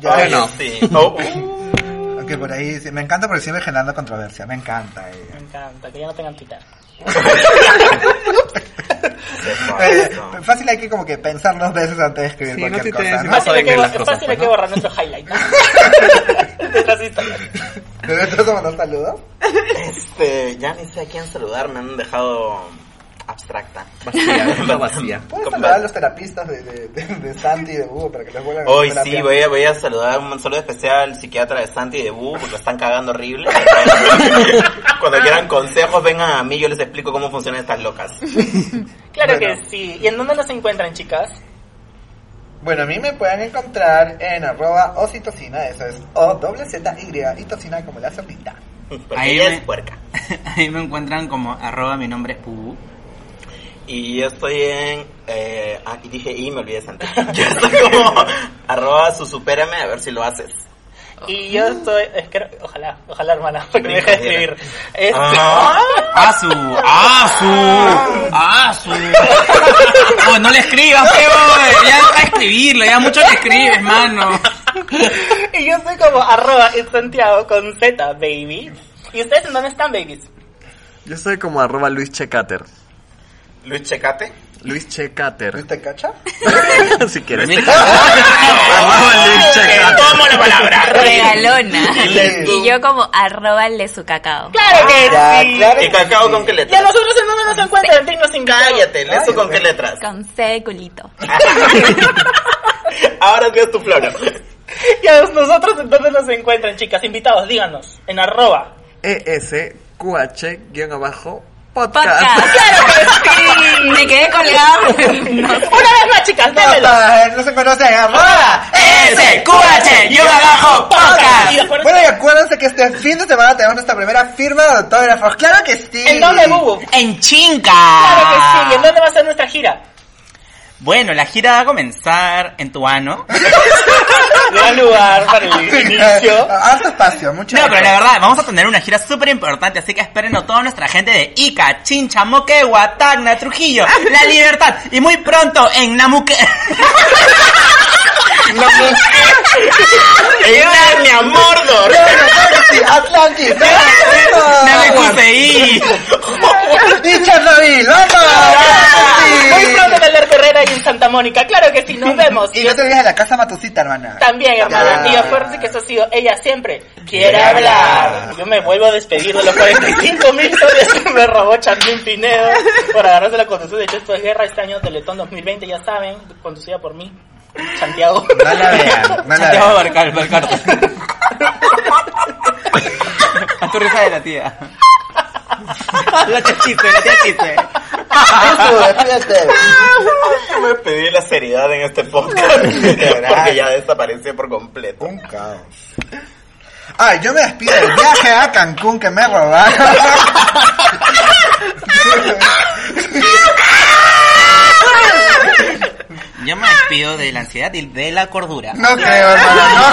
C: Ya,
F: Ay,
G: no.
F: sí. Oh, uh.
C: Aunque por ahí, sí, me encanta porque siempre generando controversia. Me encanta eh. ella.
B: Me encanta, que ya no tengan Twitter.
C: Eh, Fácil hay que como que pensar dos veces antes de escribir
G: Sí, no
C: cualquier
G: te
C: cosa,
G: interesa.
C: ¿no?
B: Fácil hay
G: saben
B: que,
G: leer las
B: borrar-
G: cosas,
B: fácil
G: pues,
B: hay que
G: ¿no?
B: borrar nuestros highlights. De las historias.
C: ¿Pero te vas a mandar saludos?
F: Este, ya ni sé a quién saludar, me han dejado abstracta.
G: Vacía, una vacía.
C: Puedes
F: Con-
C: saludar a los terapistas de, de, de, de Santi y de Hugo para que les vuelvan a
F: Hoy
C: hacer
F: sí,
C: terapia.
F: voy a, voy a saludar un saludo especial al psiquiatra de Santi y de Bu, porque lo están cagando horrible. Cuando quieran consejos, vengan a mí, yo les explico cómo funcionan estas locas.
B: Claro
C: Bueno.
B: que sí. ¿Y en dónde nos encuentran, chicas?
C: Bueno, a mí me pueden encontrar en arroba ocitocina, eso es o doble z y y tocina como la sopita.
F: Porque
E: Ahí
F: ella
E: me-
F: es puerca.
E: Ahí me encuentran como arroba mi nombre es Pubu.
F: Y yo estoy en... Eh, ah, y dije, y me olvidé de Santi. Yo estoy como arroba susupérame, a ver si lo haces.
B: Y yo estoy... es que- ojalá, ojalá, hermana, porque me deja de escribir. Este-
F: Ah.
E: ¡Asu! ¡Asu! ¡Asu! Pues no le escribas, pebo, ya deja de escribirlo, ya mucho le escribes, mano.
B: Y yo soy como arroba es Santiago con Z, baby. ¿Y ustedes en dónde están, babies?
G: Yo soy como arroba Luis Checater.
F: Luis Checate.
G: Luis Checater.
C: ¿Viste, cacha?
G: si quieres.
E: Mi-
G: Arroba Luis Checater.
F: Eh, Tomo la palabra.
H: Regalona.
C: Sí.
H: Y yo como arroba le su cacao.
B: ¡Claro que
C: Ya,
B: sí!
C: claro.
F: Y cacao con qué
B: ¿Y a
F: letras.
B: nosotros en dónde nos encuentran? Dinos sin
F: Cállate, ¿eso con qué letras?
H: Con C de culito.
F: Ahora sí es tu flor.
B: ¿Y a nosotros en dónde nos encuentran, chicas? Invitados, díganos. En arroba.
G: E ESQH guión abajo
H: Podcast.
G: podcast.
H: ¡Claro que sí! Me quedé colgado.
B: Una vez más, chicas, démelo.
C: Ah, No se conocen, arroba.
E: SQH, yo abajo,
B: Y
E: podcast.
B: después-
C: Bueno, y acuérdense que este fin de semana tenemos nuestra primera firma de autógrafos. ¡Claro que sí!
B: ¿En dónde, Bubu?
E: En Chinca.
B: Claro que sí. ¿Y en dónde va a ser nuestra gira?
E: Bueno, la gira va a comenzar en tu ano.
C: Ah,
B: Gran lugar para el inicio.
C: Haz Ah, espacio, mucho
E: No, pero la verdad, vamos a tener una gira súper importante, así que espérenos toda nuestra gente de Ica, Chincha, Moquegua, Tacna, Trujillo, La Libertad y muy pronto en Namuque...
F: ¡Es Narnia Mordor!
C: ¡Sí, Atlantis! ¡Vamos!
E: Namucuseí.
C: ¡Y Chernobyl! ¡Vamos!
B: Muy
C: Ah, Sí.
B: pronto en Albert Herrera y en Santa Mónica. Claro que sí, nos vemos.
C: Y no te olvides de la casa matucita, hermana.
B: También, hermana.
C: Ya.
B: Y acuérdense que eso ha sido ella siempre. Quiere hablar. Yo me vuelvo a despedir de los 45 mil soles que me robó Charlín Pinedo por agarrarse la conducción de Chesto de Guerra este año Teletón 2020, ya saben, conducida por mí, Santiago.
C: No la vean, no la
E: Santiago
C: vean.
E: Barcal, Barcarte. A tu risa de la tía. La tía chiste, la tía chiste.
F: Eso, despídete. Yo me pedí la seriedad en este podcast. porque ya desapareció por completo.
C: Un caos. Ay, yo me despido del viaje a Cancún que me robaron.
E: Yo me despido de la ansiedad y de la cordura.
C: No creo, hermano, no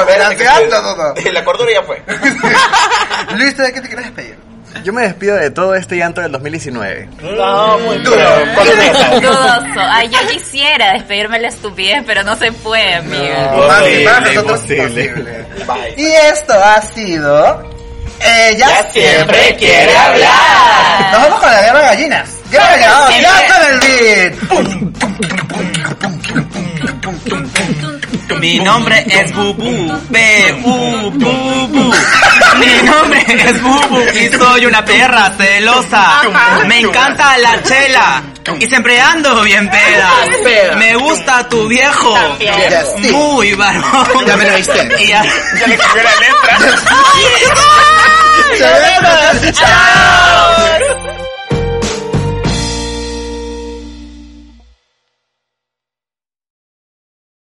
C: creo. Gracias, no, no,
F: La cordura ya fue.
C: no. Luis, ¿de qué te quieres despedir?
G: Yo me despido de todo este llanto del 2019.
J: No, muy bien.
H: Dudoso. Ay, yo quisiera despedirme de la estupidez, pero no se puede, amiga.
C: Mami, para
G: Imposible,
C: nosotros es
G: imposible.
C: imposible.
F: Bye.
C: Y esto ha sido. Ella
F: siempre quiere hablar.
C: Nos vamos con la guerra de gallinas. Guerra de gallinas. ¡Lanza del beat!
E: Mi nombre es Bubu, B-U, Bubu. Mi nombre es Bubu y soy una perra celosa. Me encanta la chela y siempre ando bien peda. Me gusta tu viejo,
C: Ya, sí.
E: muy varón.
C: Ya me lo diste.
E: Y a-
C: Se ve, pero-
E: ¡Chao!